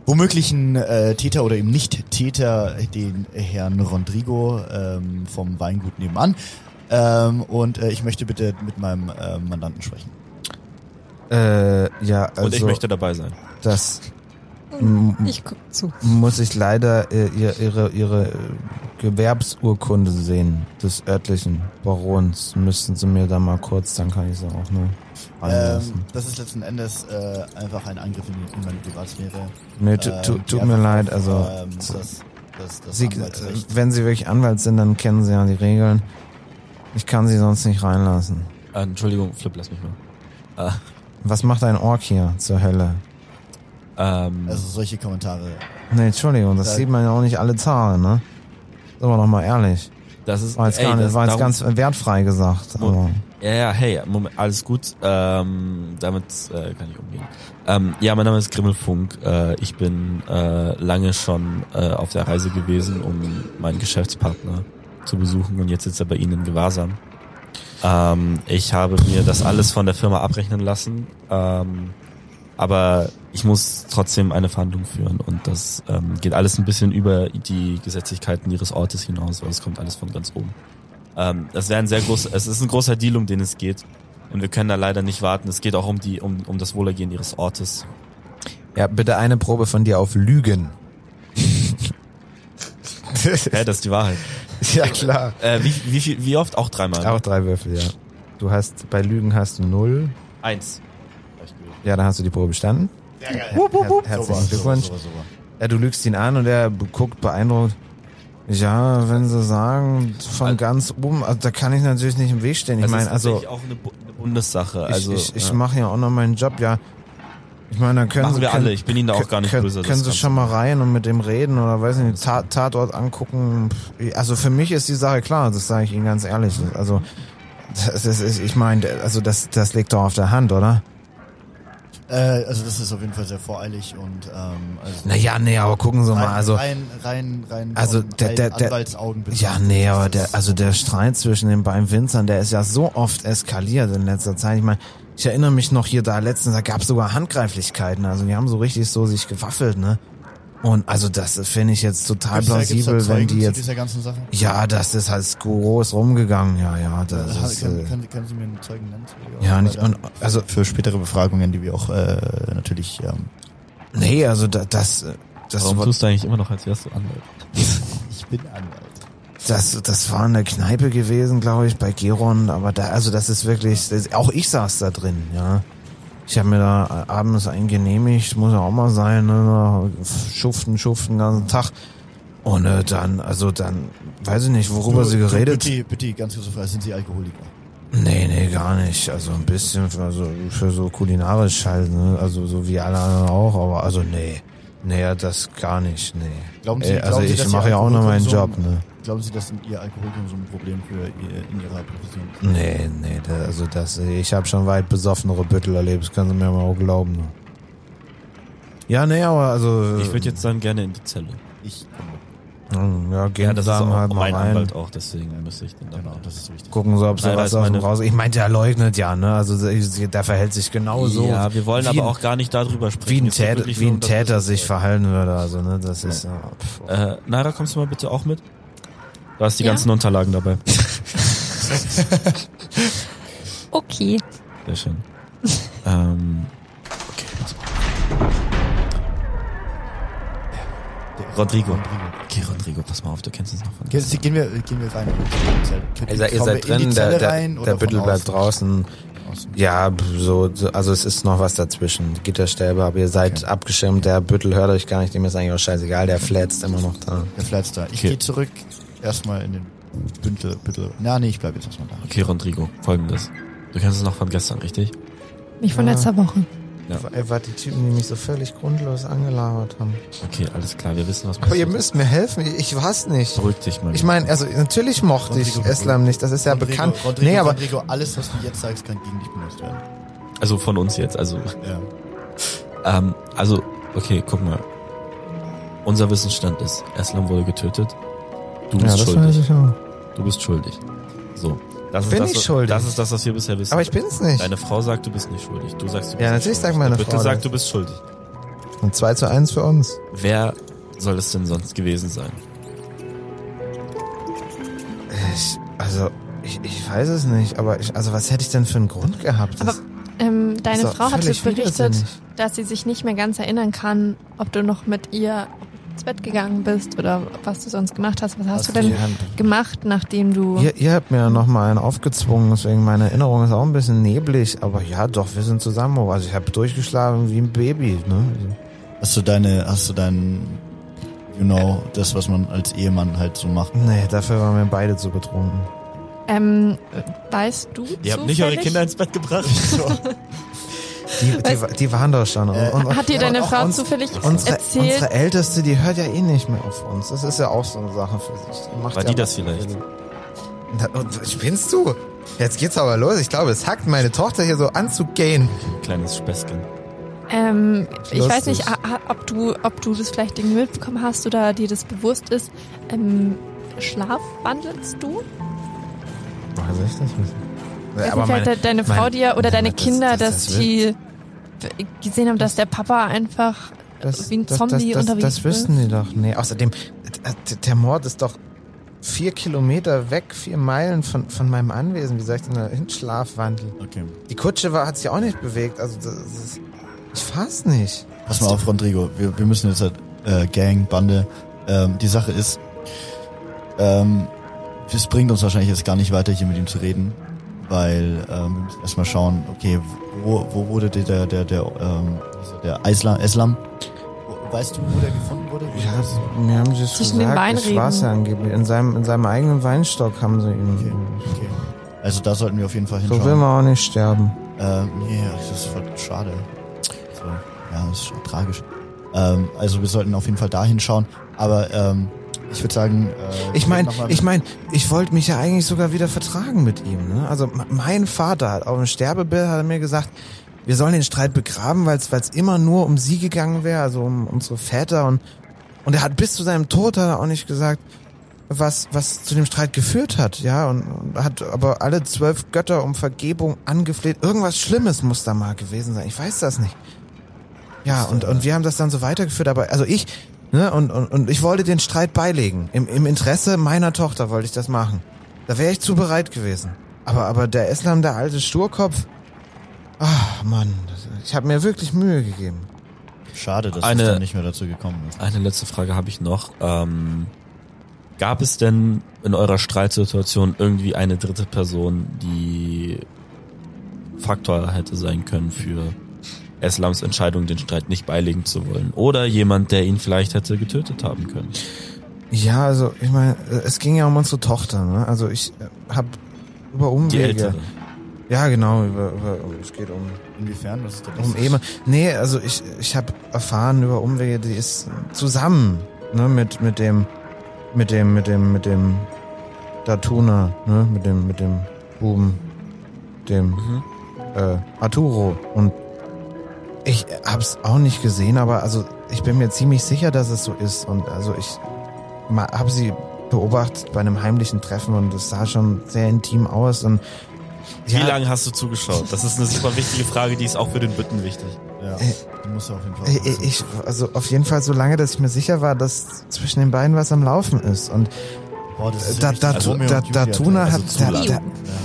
Speaker 5: womöglichen äh, Täter oder eben Nicht-Täter, den Herrn Rodrigo ähm, vom Weingut nebenan. Ähm, und äh, ich möchte bitte mit meinem äh, Mandanten sprechen.
Speaker 1: Äh, ja, also
Speaker 3: Und ich möchte dabei sein.
Speaker 1: das m-
Speaker 4: Ich guck zu.
Speaker 1: muss ich leider äh, ihr- ihre ihre äh, Gewerbsurkunde sehen des örtlichen Barons. Müssten Sie mir da mal kurz, dann kann ich sie auch ne, nur
Speaker 5: Ähm,
Speaker 1: einlassen.
Speaker 5: das ist letzten Endes äh, einfach ein Angriff in, die- in meine Privatsphäre.
Speaker 1: nee, tu, tu,
Speaker 5: Ähm,
Speaker 1: tut
Speaker 5: die
Speaker 1: mir
Speaker 5: einfach
Speaker 1: leid,
Speaker 5: auf,
Speaker 1: also
Speaker 5: ähm, das, das, das
Speaker 1: Sie, äh,
Speaker 5: Anwaltsrecht.
Speaker 1: wenn Sie wirklich Anwalt sind, dann kennen Sie ja die Regeln. Ich kann Sie sonst nicht reinlassen.
Speaker 3: Ah, Entschuldigung, Flip, lass mich mal.
Speaker 1: Was macht ein Ork hier zur Hölle?
Speaker 3: Ähm,
Speaker 1: äh,
Speaker 5: also solche Kommentare.
Speaker 1: Nee, Entschuldigung, das
Speaker 5: Da-
Speaker 1: sieht man ja auch nicht alle Zahlen, ne? Sind wir doch mal ehrlich.
Speaker 3: das ist
Speaker 1: War jetzt,
Speaker 3: ey,
Speaker 1: gar,
Speaker 3: das,
Speaker 1: nicht, war jetzt
Speaker 3: darum-
Speaker 1: ganz wertfrei gesagt. Aber
Speaker 3: Ja, ja, hey, Moment, alles gut. Ähm, damit äh, kann ich umgehen. Ähm, ja, mein Name ist Grimmelfunk. Äh, ich bin äh, lange schon äh, auf der Reise gewesen, um meinen Geschäftspartner zu besuchen und jetzt sitzt er bei Ihnen in Gewahrsam. Ähm, ich habe mir das alles von der Firma abrechnen lassen, ähm, aber ich muss trotzdem eine Verhandlung führen und das Also ähm, geht alles ein bisschen über die Gesetzlichkeiten Ihres Ortes hinaus, weil es kommt alles von ganz oben. Ähm, das wäre ein sehr groß, es ist ein großer Deal, um den es geht. Und wir können da leider nicht warten. Es geht auch um die, um, um das Wohlergehen ihres Ortes.
Speaker 1: Ja, bitte eine Probe von dir auf Lügen.
Speaker 3: Hä, das ist die Wahrheit.
Speaker 1: (laughs) ja, klar.
Speaker 3: Äh, wie, wie, viel, wie oft? Auch dreimal. ne?
Speaker 1: Auch drei Würfel, ja. Du hast, bei Lügen hast du null.
Speaker 3: Eins.
Speaker 1: Ja, dann hast du die Probe bestanden.
Speaker 5: Ja, geil.
Speaker 1: Wupp, wupp, wupp. Herzlichen Glückwunsch.
Speaker 5: Super, super, super.
Speaker 1: Ja, du lügst ihn an und er guckt beeindruckt. Ja, wenn sie sagen, von ganz oben, also da kann ich natürlich nicht im Weg stehen. Ich
Speaker 3: Das
Speaker 1: meine,
Speaker 3: ist
Speaker 1: also,
Speaker 3: tatsächlich auch eine, Bu- eine Bundessache. Also,
Speaker 1: ich, ich, ich
Speaker 3: ja.
Speaker 1: mache ja auch noch meinen Job, ja. Ich meine, dann können
Speaker 3: machen
Speaker 1: sie,
Speaker 3: wir
Speaker 1: können,
Speaker 3: alle. Ich bin Ihnen da auch gar nicht
Speaker 1: können,
Speaker 3: böse. das
Speaker 1: Können sie
Speaker 3: Ganze.
Speaker 1: schon mal rein und mit dem reden oder weiß nicht, Ta Tatort angucken. Pff, Also für mich ist die Sache klar, das sage ich Ihnen ganz ehrlich. Also, das ist, ist- ich meine, also das, das liegt doch auf der Hand, oder?
Speaker 5: Äh, also das ist auf jeden Fall sehr voreilig und ähm, also
Speaker 1: Naja, nee, aber gucken Sie
Speaker 5: rein,
Speaker 1: mal, also.
Speaker 5: rein, rein, rein
Speaker 1: Also
Speaker 5: von
Speaker 1: der- der- der-
Speaker 5: Anwaltsaugen
Speaker 1: Ja,
Speaker 5: betrachtet
Speaker 1: nee,
Speaker 5: ist
Speaker 1: aber
Speaker 5: das-
Speaker 1: der, also der Streit zwischen den beiden Winzern, der ist ja so oft eskaliert in letzter Zeit. Ich meine, ich erinnere mich noch hier da letztens, da gab es sogar Handgreiflichkeiten. Also die haben so richtig so sich gewaffelt, ne? Und also das finde ich jetzt total
Speaker 5: Gibt's da- gibt's halt da
Speaker 1: plausibel, wenn
Speaker 5: Zeugen
Speaker 1: die
Speaker 5: Zu
Speaker 1: jetzt.
Speaker 5: dieser ganzen Sache?
Speaker 1: Ja, das ist halt groß rumgegangen. Ja, ja, das
Speaker 5: Ha-
Speaker 1: ist.
Speaker 5: kann,
Speaker 1: Äh,
Speaker 5: kann, kann sie mir einen Zeugen nennen?
Speaker 1: ja, nicht,
Speaker 5: Weil dann-
Speaker 1: und, also
Speaker 5: für spätere Befragungen, die wir auch äh, natürlich ähm,
Speaker 1: nee, also da, das, äh, das,
Speaker 3: Warum
Speaker 1: war-
Speaker 3: tust du eigentlich immer noch als erster Anwalt?
Speaker 5: Ich bin Anwalt.
Speaker 1: das, das war eine Kneipe gewesen, glaube ich, bei Geron. Aber da, also das ist wirklich, das, auch ich saß da drin, ja. Ich habe mir da äh, abends einen genehmigt, muss ja auch mal sein, ne? Schuften, schuften den ganzen Tag. Und äh, dann, also dann, weiß ich nicht, worüber sie geredet
Speaker 5: Bitte, bitte, ganz kurz Frage, sind Sie Alkoholiker?
Speaker 1: Nee, nee, gar nicht. Also ein bisschen für so, für so kulinarisch halt, ne? Also so wie alle anderen auch, aber also nee. Nee, ja, das gar nicht, nee.
Speaker 5: Glauben Sie-
Speaker 1: Ey, also
Speaker 5: glauben Sie,
Speaker 1: ich
Speaker 5: dass
Speaker 1: mache
Speaker 5: Ihr
Speaker 1: ja auch noch meinen Job,
Speaker 5: Alkoholkonsum-
Speaker 1: ne?
Speaker 5: Glauben Sie, dass Ihr Alkoholkonsum ein Problem für ihr, in Ihrer Profession ist?
Speaker 1: Nee, nee, da, also das, ich habe schon weit besoffenere Büttel erlebt, das kannst du mir mal auch glauben. Ne? Ja, nee, aber also...
Speaker 3: Ich würde jetzt sagen, gerne in die Zelle.
Speaker 5: Ich,
Speaker 1: mm, Ja, gehen Sie
Speaker 3: ist
Speaker 1: da
Speaker 3: auch
Speaker 1: mal
Speaker 3: mein
Speaker 1: rein.
Speaker 3: Anwalt auch, deswegen müsste ich den dann
Speaker 5: genau,
Speaker 3: auch.
Speaker 5: das ist wichtig.
Speaker 1: Gucken Sie, ob sie
Speaker 3: Leider
Speaker 1: was
Speaker 3: ist
Speaker 1: aus dem
Speaker 3: meine-
Speaker 1: raus... Ich meine, der leugnet ja, ne? Also der verhält sich genauso.
Speaker 3: Ja, wir wollen
Speaker 1: Genau wie
Speaker 3: aber
Speaker 1: ein-
Speaker 3: auch gar nicht darüber sprechen.
Speaker 1: wie ein
Speaker 3: Es geht
Speaker 1: Täter,
Speaker 3: wirklich
Speaker 1: wie
Speaker 3: nur
Speaker 1: ein
Speaker 3: um das
Speaker 1: Täter
Speaker 3: Business.
Speaker 1: sich verhalten würde. Also, ne, das ist. Ja, pff.
Speaker 3: Äh, Naira, kommst du mal bitte auch mit? Du hast die
Speaker 4: Ja.
Speaker 3: ganzen Unterlagen dabei.
Speaker 4: Okay.
Speaker 3: Sehr schön. (laughs) ähm, okay, lass mal. Rodrigo. Okay, Rodrigo, pass mal auf, du kennst es noch von.
Speaker 5: Gehen, Sie- gehen, wir, gehen wir rein.
Speaker 1: Ihr seid, ihr
Speaker 5: Kommen wir
Speaker 1: seid
Speaker 5: in die
Speaker 1: drin,
Speaker 5: Zelle
Speaker 1: der, der,
Speaker 5: rein
Speaker 1: der
Speaker 5: oder von
Speaker 1: Büttel bleibt
Speaker 5: außen?
Speaker 1: draußen.
Speaker 5: Außen.
Speaker 1: Ja, so, so, also es ist noch was dazwischen. Gitterstäbe, aber ihr seid abgeschirmt. Der Büttel hört euch gar nicht, dem ist eigentlich auch scheißegal. Der flätzt immer noch da.
Speaker 5: Der Flats da. Ich
Speaker 3: Okay.
Speaker 5: gehe zurück erstmal in den Bündel, Büttel. Na, nee, ich bleibe jetzt erstmal da.
Speaker 3: Okay, Rodrigo, folgendes. Du kennst es noch von gestern, richtig?
Speaker 4: Nicht von
Speaker 1: Ja.
Speaker 4: letzter Woche.
Speaker 1: Ey, wart die Typen, die mich so völlig grundlos angelabert haben.
Speaker 3: Okay, alles klar, wir wissen, was
Speaker 1: Aber ihr
Speaker 3: passiert ist.
Speaker 1: müsst mir helfen, ich, ich war's nicht.
Speaker 3: Beruhig dich mal.
Speaker 1: Ich meine, also natürlich mochte ich
Speaker 5: Rodrigo,
Speaker 1: Islam nicht, das ist ja
Speaker 5: Rodrigo,
Speaker 1: bekannt.
Speaker 5: Rodrigo,
Speaker 1: nee, aber
Speaker 5: Rodrigo, alles, was du jetzt sagst, kann gegen dich benutzt werden.
Speaker 3: also von uns jetzt, also
Speaker 5: Ja.
Speaker 3: Ähm, also, okay, guck mal. Unser Wissensstand ist, Eslam wurde getötet. Du
Speaker 1: ja,
Speaker 3: bist
Speaker 1: das weiß
Speaker 3: schuldig.
Speaker 1: ich auch.
Speaker 3: Du bist schuldig. So. Das
Speaker 1: Bin
Speaker 3: das,
Speaker 1: ich
Speaker 3: was-
Speaker 1: schuldig?
Speaker 3: Das ist das, was wir bisher wissen.
Speaker 1: Aber ich bin's nicht.
Speaker 3: Deine Frau sagt, du bist nicht schuldig. Du sagst, du bist
Speaker 1: Ja,
Speaker 3: nicht
Speaker 1: natürlich
Speaker 3: schuldig.
Speaker 1: sagt meine
Speaker 3: Bitte
Speaker 1: Frau
Speaker 3: sagt,
Speaker 1: das.
Speaker 3: du bist schuldig.
Speaker 1: Und 2 zu 1 für uns.
Speaker 3: Wer soll es denn sonst gewesen sein?
Speaker 1: Ich, also, ich, ich weiß es nicht, aber ich, also was hätte ich denn für einen Grund gehabt?
Speaker 4: Aber Ähm, deine
Speaker 1: ist doch
Speaker 4: Frau hatte
Speaker 1: völlig
Speaker 4: berichtet,
Speaker 1: widersinnig.
Speaker 4: dass sie sich nicht mehr ganz erinnern kann, ob du noch mit ihr ins Bett gegangen bist oder was du sonst gemacht hast. Was hast du denn gemacht, nachdem du...
Speaker 1: ihr, ihr habt mir ja nochmal einen aufgezwungen, deswegen meine Erinnerung ist auch ein bisschen neblig, aber ja doch, wir sind zusammen. Also ich habe durchgeschlafen wie ein Baby, ne?
Speaker 5: Hast du deine, hast du deinen, you know, das, was man als Ehemann halt so macht?
Speaker 1: Nee, dafür waren wir beide zu betrunken.
Speaker 4: Ähm, weißt du
Speaker 3: Ihr habt nicht eure
Speaker 4: zufällig-
Speaker 3: Kinder ins Bett (laughs) gebracht.
Speaker 1: Die, die, die waren doch schon.
Speaker 5: Äh,
Speaker 1: Und- und-
Speaker 4: Hat dir deine
Speaker 1: und auch
Speaker 4: Frau
Speaker 1: uns-
Speaker 4: zufällig
Speaker 1: Unsere,
Speaker 4: erzählt?
Speaker 1: unsere Älteste, die hört ja eh nicht mehr auf uns. Das ist ja auch so eine Sache für sich. Die macht
Speaker 3: War
Speaker 1: ja
Speaker 3: die das
Speaker 1: was
Speaker 3: vielleicht?
Speaker 1: sie will. Na, und Spinnst du? Jetzt geht's aber los. Ich glaube, es hackt meine Tochter hier so anzugehen.
Speaker 3: Kleines Späßchen.
Speaker 4: Ähm, ich
Speaker 1: Lustig.
Speaker 4: weiß nicht, a- a- ob du, ob du das vielleicht irgendwie mitbekommen hast oder dir das bewusst ist. Ähm, Schlaf wandelst du?
Speaker 1: Weiß ich nicht.
Speaker 4: Weiß nicht, vielleicht hat deine Frau
Speaker 1: mein-
Speaker 4: dir oder
Speaker 1: nein,
Speaker 4: deine
Speaker 1: das-
Speaker 4: Kinder,
Speaker 1: das-
Speaker 4: dass
Speaker 1: das
Speaker 4: die gesehen haben, dass der Papa einfach wie ein Zombie
Speaker 1: das, das,
Speaker 4: unterwegs
Speaker 1: das wissen die doch. Nee, außerdem, d- d- der Mord ist doch vier Kilometer weg, vier Meilen von, von meinem Anwesen. Wie soll ich denn da hin? Schlafwandel.
Speaker 5: Okay.
Speaker 1: Die Kutsche war, hat sich auch nicht bewegt. Also, das ist, ich fass nicht.
Speaker 5: Pass mal auf, Rodrigo. Wir, wir müssen jetzt halt, äh, Gang, Bande. Ähm, die Sache ist, ähm, es bringt uns wahrscheinlich jetzt gar nicht weiter, hier mit ihm zu reden, weil ähm, wir müssen erstmal schauen, okay, wo, wo wurde der, der, der, der, ähm, der Islam, Islam? Wo- Weißt du, wo der gefunden wurde?
Speaker 1: Ja, sie- mir haben sie es
Speaker 4: Zwischen den
Speaker 1: gesagt. Das
Speaker 4: Weinreben.
Speaker 1: war's ja angeblich. In seinem, in seinem eigenen Weinstock haben sie
Speaker 5: Okay,
Speaker 1: ihn.
Speaker 5: okay. Also da sollten wir auf jeden Fall hinschauen.
Speaker 1: So will man auch nicht sterben.
Speaker 5: Ähm, nee, ach, das ist voll schade. So, ja, das ist schon tragisch. Ähm, also wir sollten auf jeden Fall da hinschauen. Aber ähm, ich würde sagen, äh,
Speaker 1: Ich meine,
Speaker 5: noch mal-
Speaker 1: ich meine, ich wollte mich ja eigentlich sogar wieder vertragen mit ihm. Ne? Also m- mein Vater hat auf dem Sterbebild hat er mir gesagt, wir sollen den Streit begraben, weil es immer nur um sie gegangen wäre, also um unsere Väter und und er hat bis zu seinem Tod hat er auch nicht gesagt, was was zu dem Streit geführt hat, ja und, und hat aber alle zwölf Götter um Vergebung angefleht. Irgendwas Schlimmes muss da mal gewesen sein. Ich weiß das nicht. Ja, und, und wir haben das dann so weitergeführt, aber also ich, ne, und, und, und ich wollte den Streit beilegen. Im, Im Interesse meiner Tochter wollte ich das machen. Da wäre ich zu bereit gewesen. Aber, aber der Islam, der alte Sturkopf, ach Mann, das, ich habe mir wirklich Mühe gegeben.
Speaker 5: schade, dass
Speaker 3: Eine-
Speaker 5: es dann nicht mehr dazu gekommen ist.
Speaker 3: Eine letzte Frage habe ich noch. Ähm, gab es denn in eurer Streitsituation irgendwie eine dritte Person, die Faktor hätte sein können für Eslams Entscheidung, den Streit nicht beilegen zu wollen? Oder jemand, der ihn vielleicht hätte getötet haben können?
Speaker 1: Ja, also ich meine, äh, es ging ja um unsere Tochter, ne? Also ich äh, hab über
Speaker 3: Die
Speaker 1: Umwege.
Speaker 3: Ältere.
Speaker 1: Ja, genau, über, über, es geht um
Speaker 5: Inwiefern? Was ist denn
Speaker 1: Um Ehemann. Nee, also ich, ich habe erfahren über Umwege, die ist zusammen, ne, mit, mit dem, mit dem, mit dem, mit dem Datuna, ne, mit dem, mit dem Buben, dem,
Speaker 3: Mhm.
Speaker 1: äh, Arturo. Und ich hab's auch nicht gesehen, aber also ich bin mir ziemlich sicher, dass es so ist. Und also ich ma- hab sie beobachtet bei einem heimlichen Treffen und es sah schon sehr intim aus und
Speaker 3: Wie
Speaker 1: Ja,
Speaker 3: lange hast du zugeschaut? Das ist eine super wichtige Frage, die ist auch für den Bütten wichtig.
Speaker 5: Ja,
Speaker 1: Äh,
Speaker 5: du musst auf jeden Fall.
Speaker 1: Ich, ich- ich, also auf jeden Fall so lange, dass ich mir sicher war, dass zwischen den beiden was am Laufen ist. Und
Speaker 5: Boah, das
Speaker 1: da,
Speaker 5: richtig
Speaker 1: da,
Speaker 5: Romeo und
Speaker 1: da,
Speaker 5: Juliet,
Speaker 1: Datuna
Speaker 5: also
Speaker 1: hat,
Speaker 5: zu
Speaker 1: der,
Speaker 5: lang.
Speaker 1: der,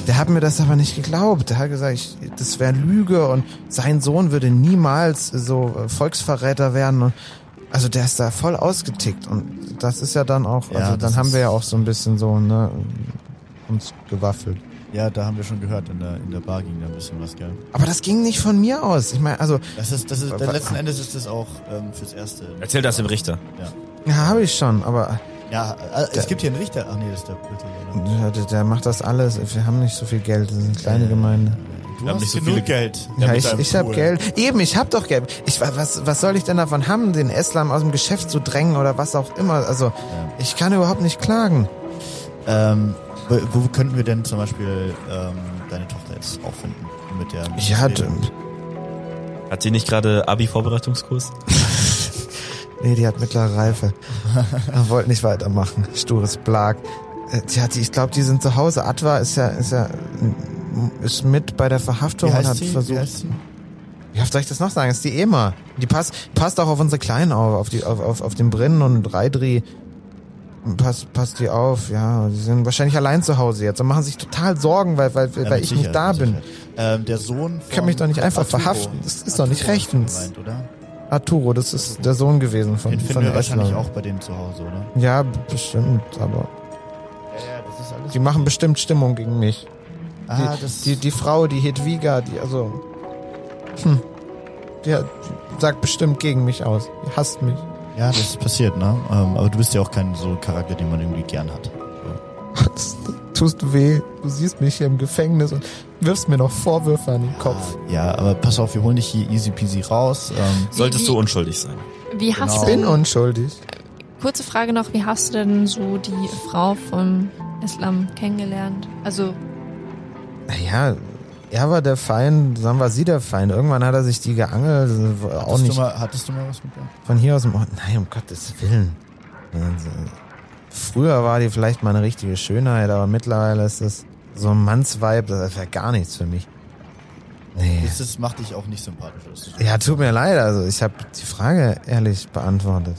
Speaker 1: der hat mir das aber nicht geglaubt. Der hat gesagt, ich, das wäre Lüge und sein Sohn würde niemals so äh, Volksverräter werden. Und also der ist da voll ausgetickt und das ist ja dann auch,
Speaker 5: Ja,
Speaker 1: also
Speaker 5: das
Speaker 1: dann haben wir
Speaker 5: ist-
Speaker 1: ja auch so ein bisschen so ne, uns gewaffelt.
Speaker 5: Ja, da haben wir schon gehört, in der, in der Bar ging da ein bisschen was, gell?
Speaker 1: Aber das ging nicht von mir aus. Ich meine, also
Speaker 5: Das ist, das ist,
Speaker 1: Wa-
Speaker 5: dann
Speaker 1: wa-
Speaker 5: letzten Endes ist das auch ähm, fürs Erste.
Speaker 3: Erzähl das dem Richter.
Speaker 1: ja, habe ich schon, aber
Speaker 5: Ja, äh, es
Speaker 1: Der-
Speaker 5: gibt hier einen Richter. Ach nee, das ist der Büttel. oder?
Speaker 1: ja, der, der macht das alles. Wir haben nicht so viel Geld. Das ist eine kleine Gemeinde.
Speaker 5: Du
Speaker 3: Wir haben
Speaker 5: hast
Speaker 3: nicht so
Speaker 5: genug
Speaker 3: viele-
Speaker 5: Geld.
Speaker 1: Ja,
Speaker 5: mit
Speaker 1: ich,
Speaker 5: deinem
Speaker 1: ich hab
Speaker 5: Pool.
Speaker 1: Geld. Eben, ich hab doch Geld. Ich, wa- was, was soll ich denn davon haben, den Islam aus dem Geschäft zu drängen oder was auch immer? Also, ich kann überhaupt nicht klagen.
Speaker 5: Ähm, wo, wo könnten wir denn zum Beispiel ähm, deine Tochter jetzt auffinden? Mit der
Speaker 1: Ich hatte,
Speaker 3: Hat sie nicht gerade Abi-Vorbereitungskurs?
Speaker 1: nee, die hat mittlere
Speaker 5: (laughs)
Speaker 1: Reife. Er wollte nicht weitermachen. Stures Plag. Äh, Die hat, die- ich glaube, die sind zu Hause. Atwa ist ja, ist ja, m- ist mit bei der Verhaftung
Speaker 5: Wie
Speaker 1: und
Speaker 5: heißt
Speaker 1: hat
Speaker 5: sie? Wie
Speaker 1: versucht.
Speaker 5: heißt sie?
Speaker 1: Wie oft soll ich das noch sagen? Ist die Ema. Die passt, passt auch auf unsere Kleinen auf, auf, die, auf, auf, auf den Brinnen und Reidri. Passt, passt die auf, ja. Die sind wahrscheinlich allein zu Hause jetzt und machen sich total Sorgen, weil, weil,
Speaker 5: Ja,
Speaker 1: weil
Speaker 5: mit
Speaker 1: ich nicht
Speaker 5: Sicherheit,
Speaker 1: da
Speaker 5: mit
Speaker 1: bin.
Speaker 5: Sicherheit. Ähm, der Sohn von
Speaker 1: Ich kann mich doch nicht einfach
Speaker 5: Arturo.
Speaker 1: verhaften. Das ist doch
Speaker 5: Arturo
Speaker 1: nicht
Speaker 5: hast du
Speaker 1: rechtens.
Speaker 5: gemeint, oder?
Speaker 1: Arturo, das ist der Sohn gewesen von,
Speaker 5: Den
Speaker 1: von
Speaker 5: finden wir wahrscheinlich
Speaker 1: Eschler.
Speaker 5: auch bei dem zu Hause, oder?
Speaker 1: Ja, bestimmt, aber
Speaker 5: Ja, ja, das ist alles.
Speaker 1: die machen bestimmt Stimmung gegen mich.
Speaker 5: ah,
Speaker 1: die,
Speaker 5: das
Speaker 1: die, die Frau, die Hedwiga, die, also, hm, die, hat, die sagt bestimmt gegen mich aus. Die hasst mich.
Speaker 5: ja, das passiert, ne? Ähm, aber du bist ja auch kein so Charakter, den man irgendwie gern hat.
Speaker 1: Das tust du weh. Du siehst mich hier im Gefängnis und wirfst mir noch Vorwürfe an den Kopf.
Speaker 5: Ja, aber pass auf, wir holen dich hier easy peasy raus. Ähm,
Speaker 3: Solltest
Speaker 4: wie-
Speaker 3: du unschuldig sein.
Speaker 4: Wie hast
Speaker 5: Genau.
Speaker 4: du
Speaker 1: Bin
Speaker 4: denn,
Speaker 1: unschuldig.
Speaker 4: kurze Frage noch, wie hast du denn so die Frau vom Islam kennengelernt? Also,
Speaker 1: Naja, er war der Feind, dann war sie der Feind. Irgendwann hat er sich die geangelt. das war Auch
Speaker 5: hattest, du
Speaker 1: nicht
Speaker 5: mal, hattest du mal was mit der?
Speaker 1: von hier aus dem Ort. Nein, um Gottes Willen. Also, Früher war die vielleicht mal eine richtige Schönheit, aber mittlerweile ist das so ein Mannsweib, das wäre gar nichts für mich. Nee.
Speaker 5: Das, das macht dich auch nicht sympathisch. Das ist-
Speaker 1: Ja, tut mir leid, also ich habe die Frage ehrlich beantwortet.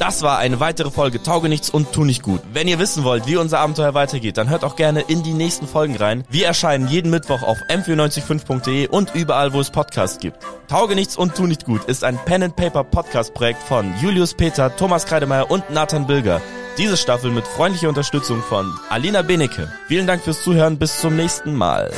Speaker 3: Das war eine weitere Folge Tauge nichts und tu nicht gut. Wenn ihr wissen wollt, wie unser Abenteuer weitergeht, dann hört auch gerne in die nächsten Folgen rein. Wir erscheinen jeden Mittwoch auf m495.de und überall, wo es Podcasts gibt. Tauge nichts und tu nicht gut ist ein Pen and Paper Podcast Projekt von Julius Peter, Thomas Kreidemeier und Nathan Bilger. Diese Staffel mit freundlicher Unterstützung von Alina Benecke. Vielen Dank fürs Zuhören, bis zum nächsten Mal.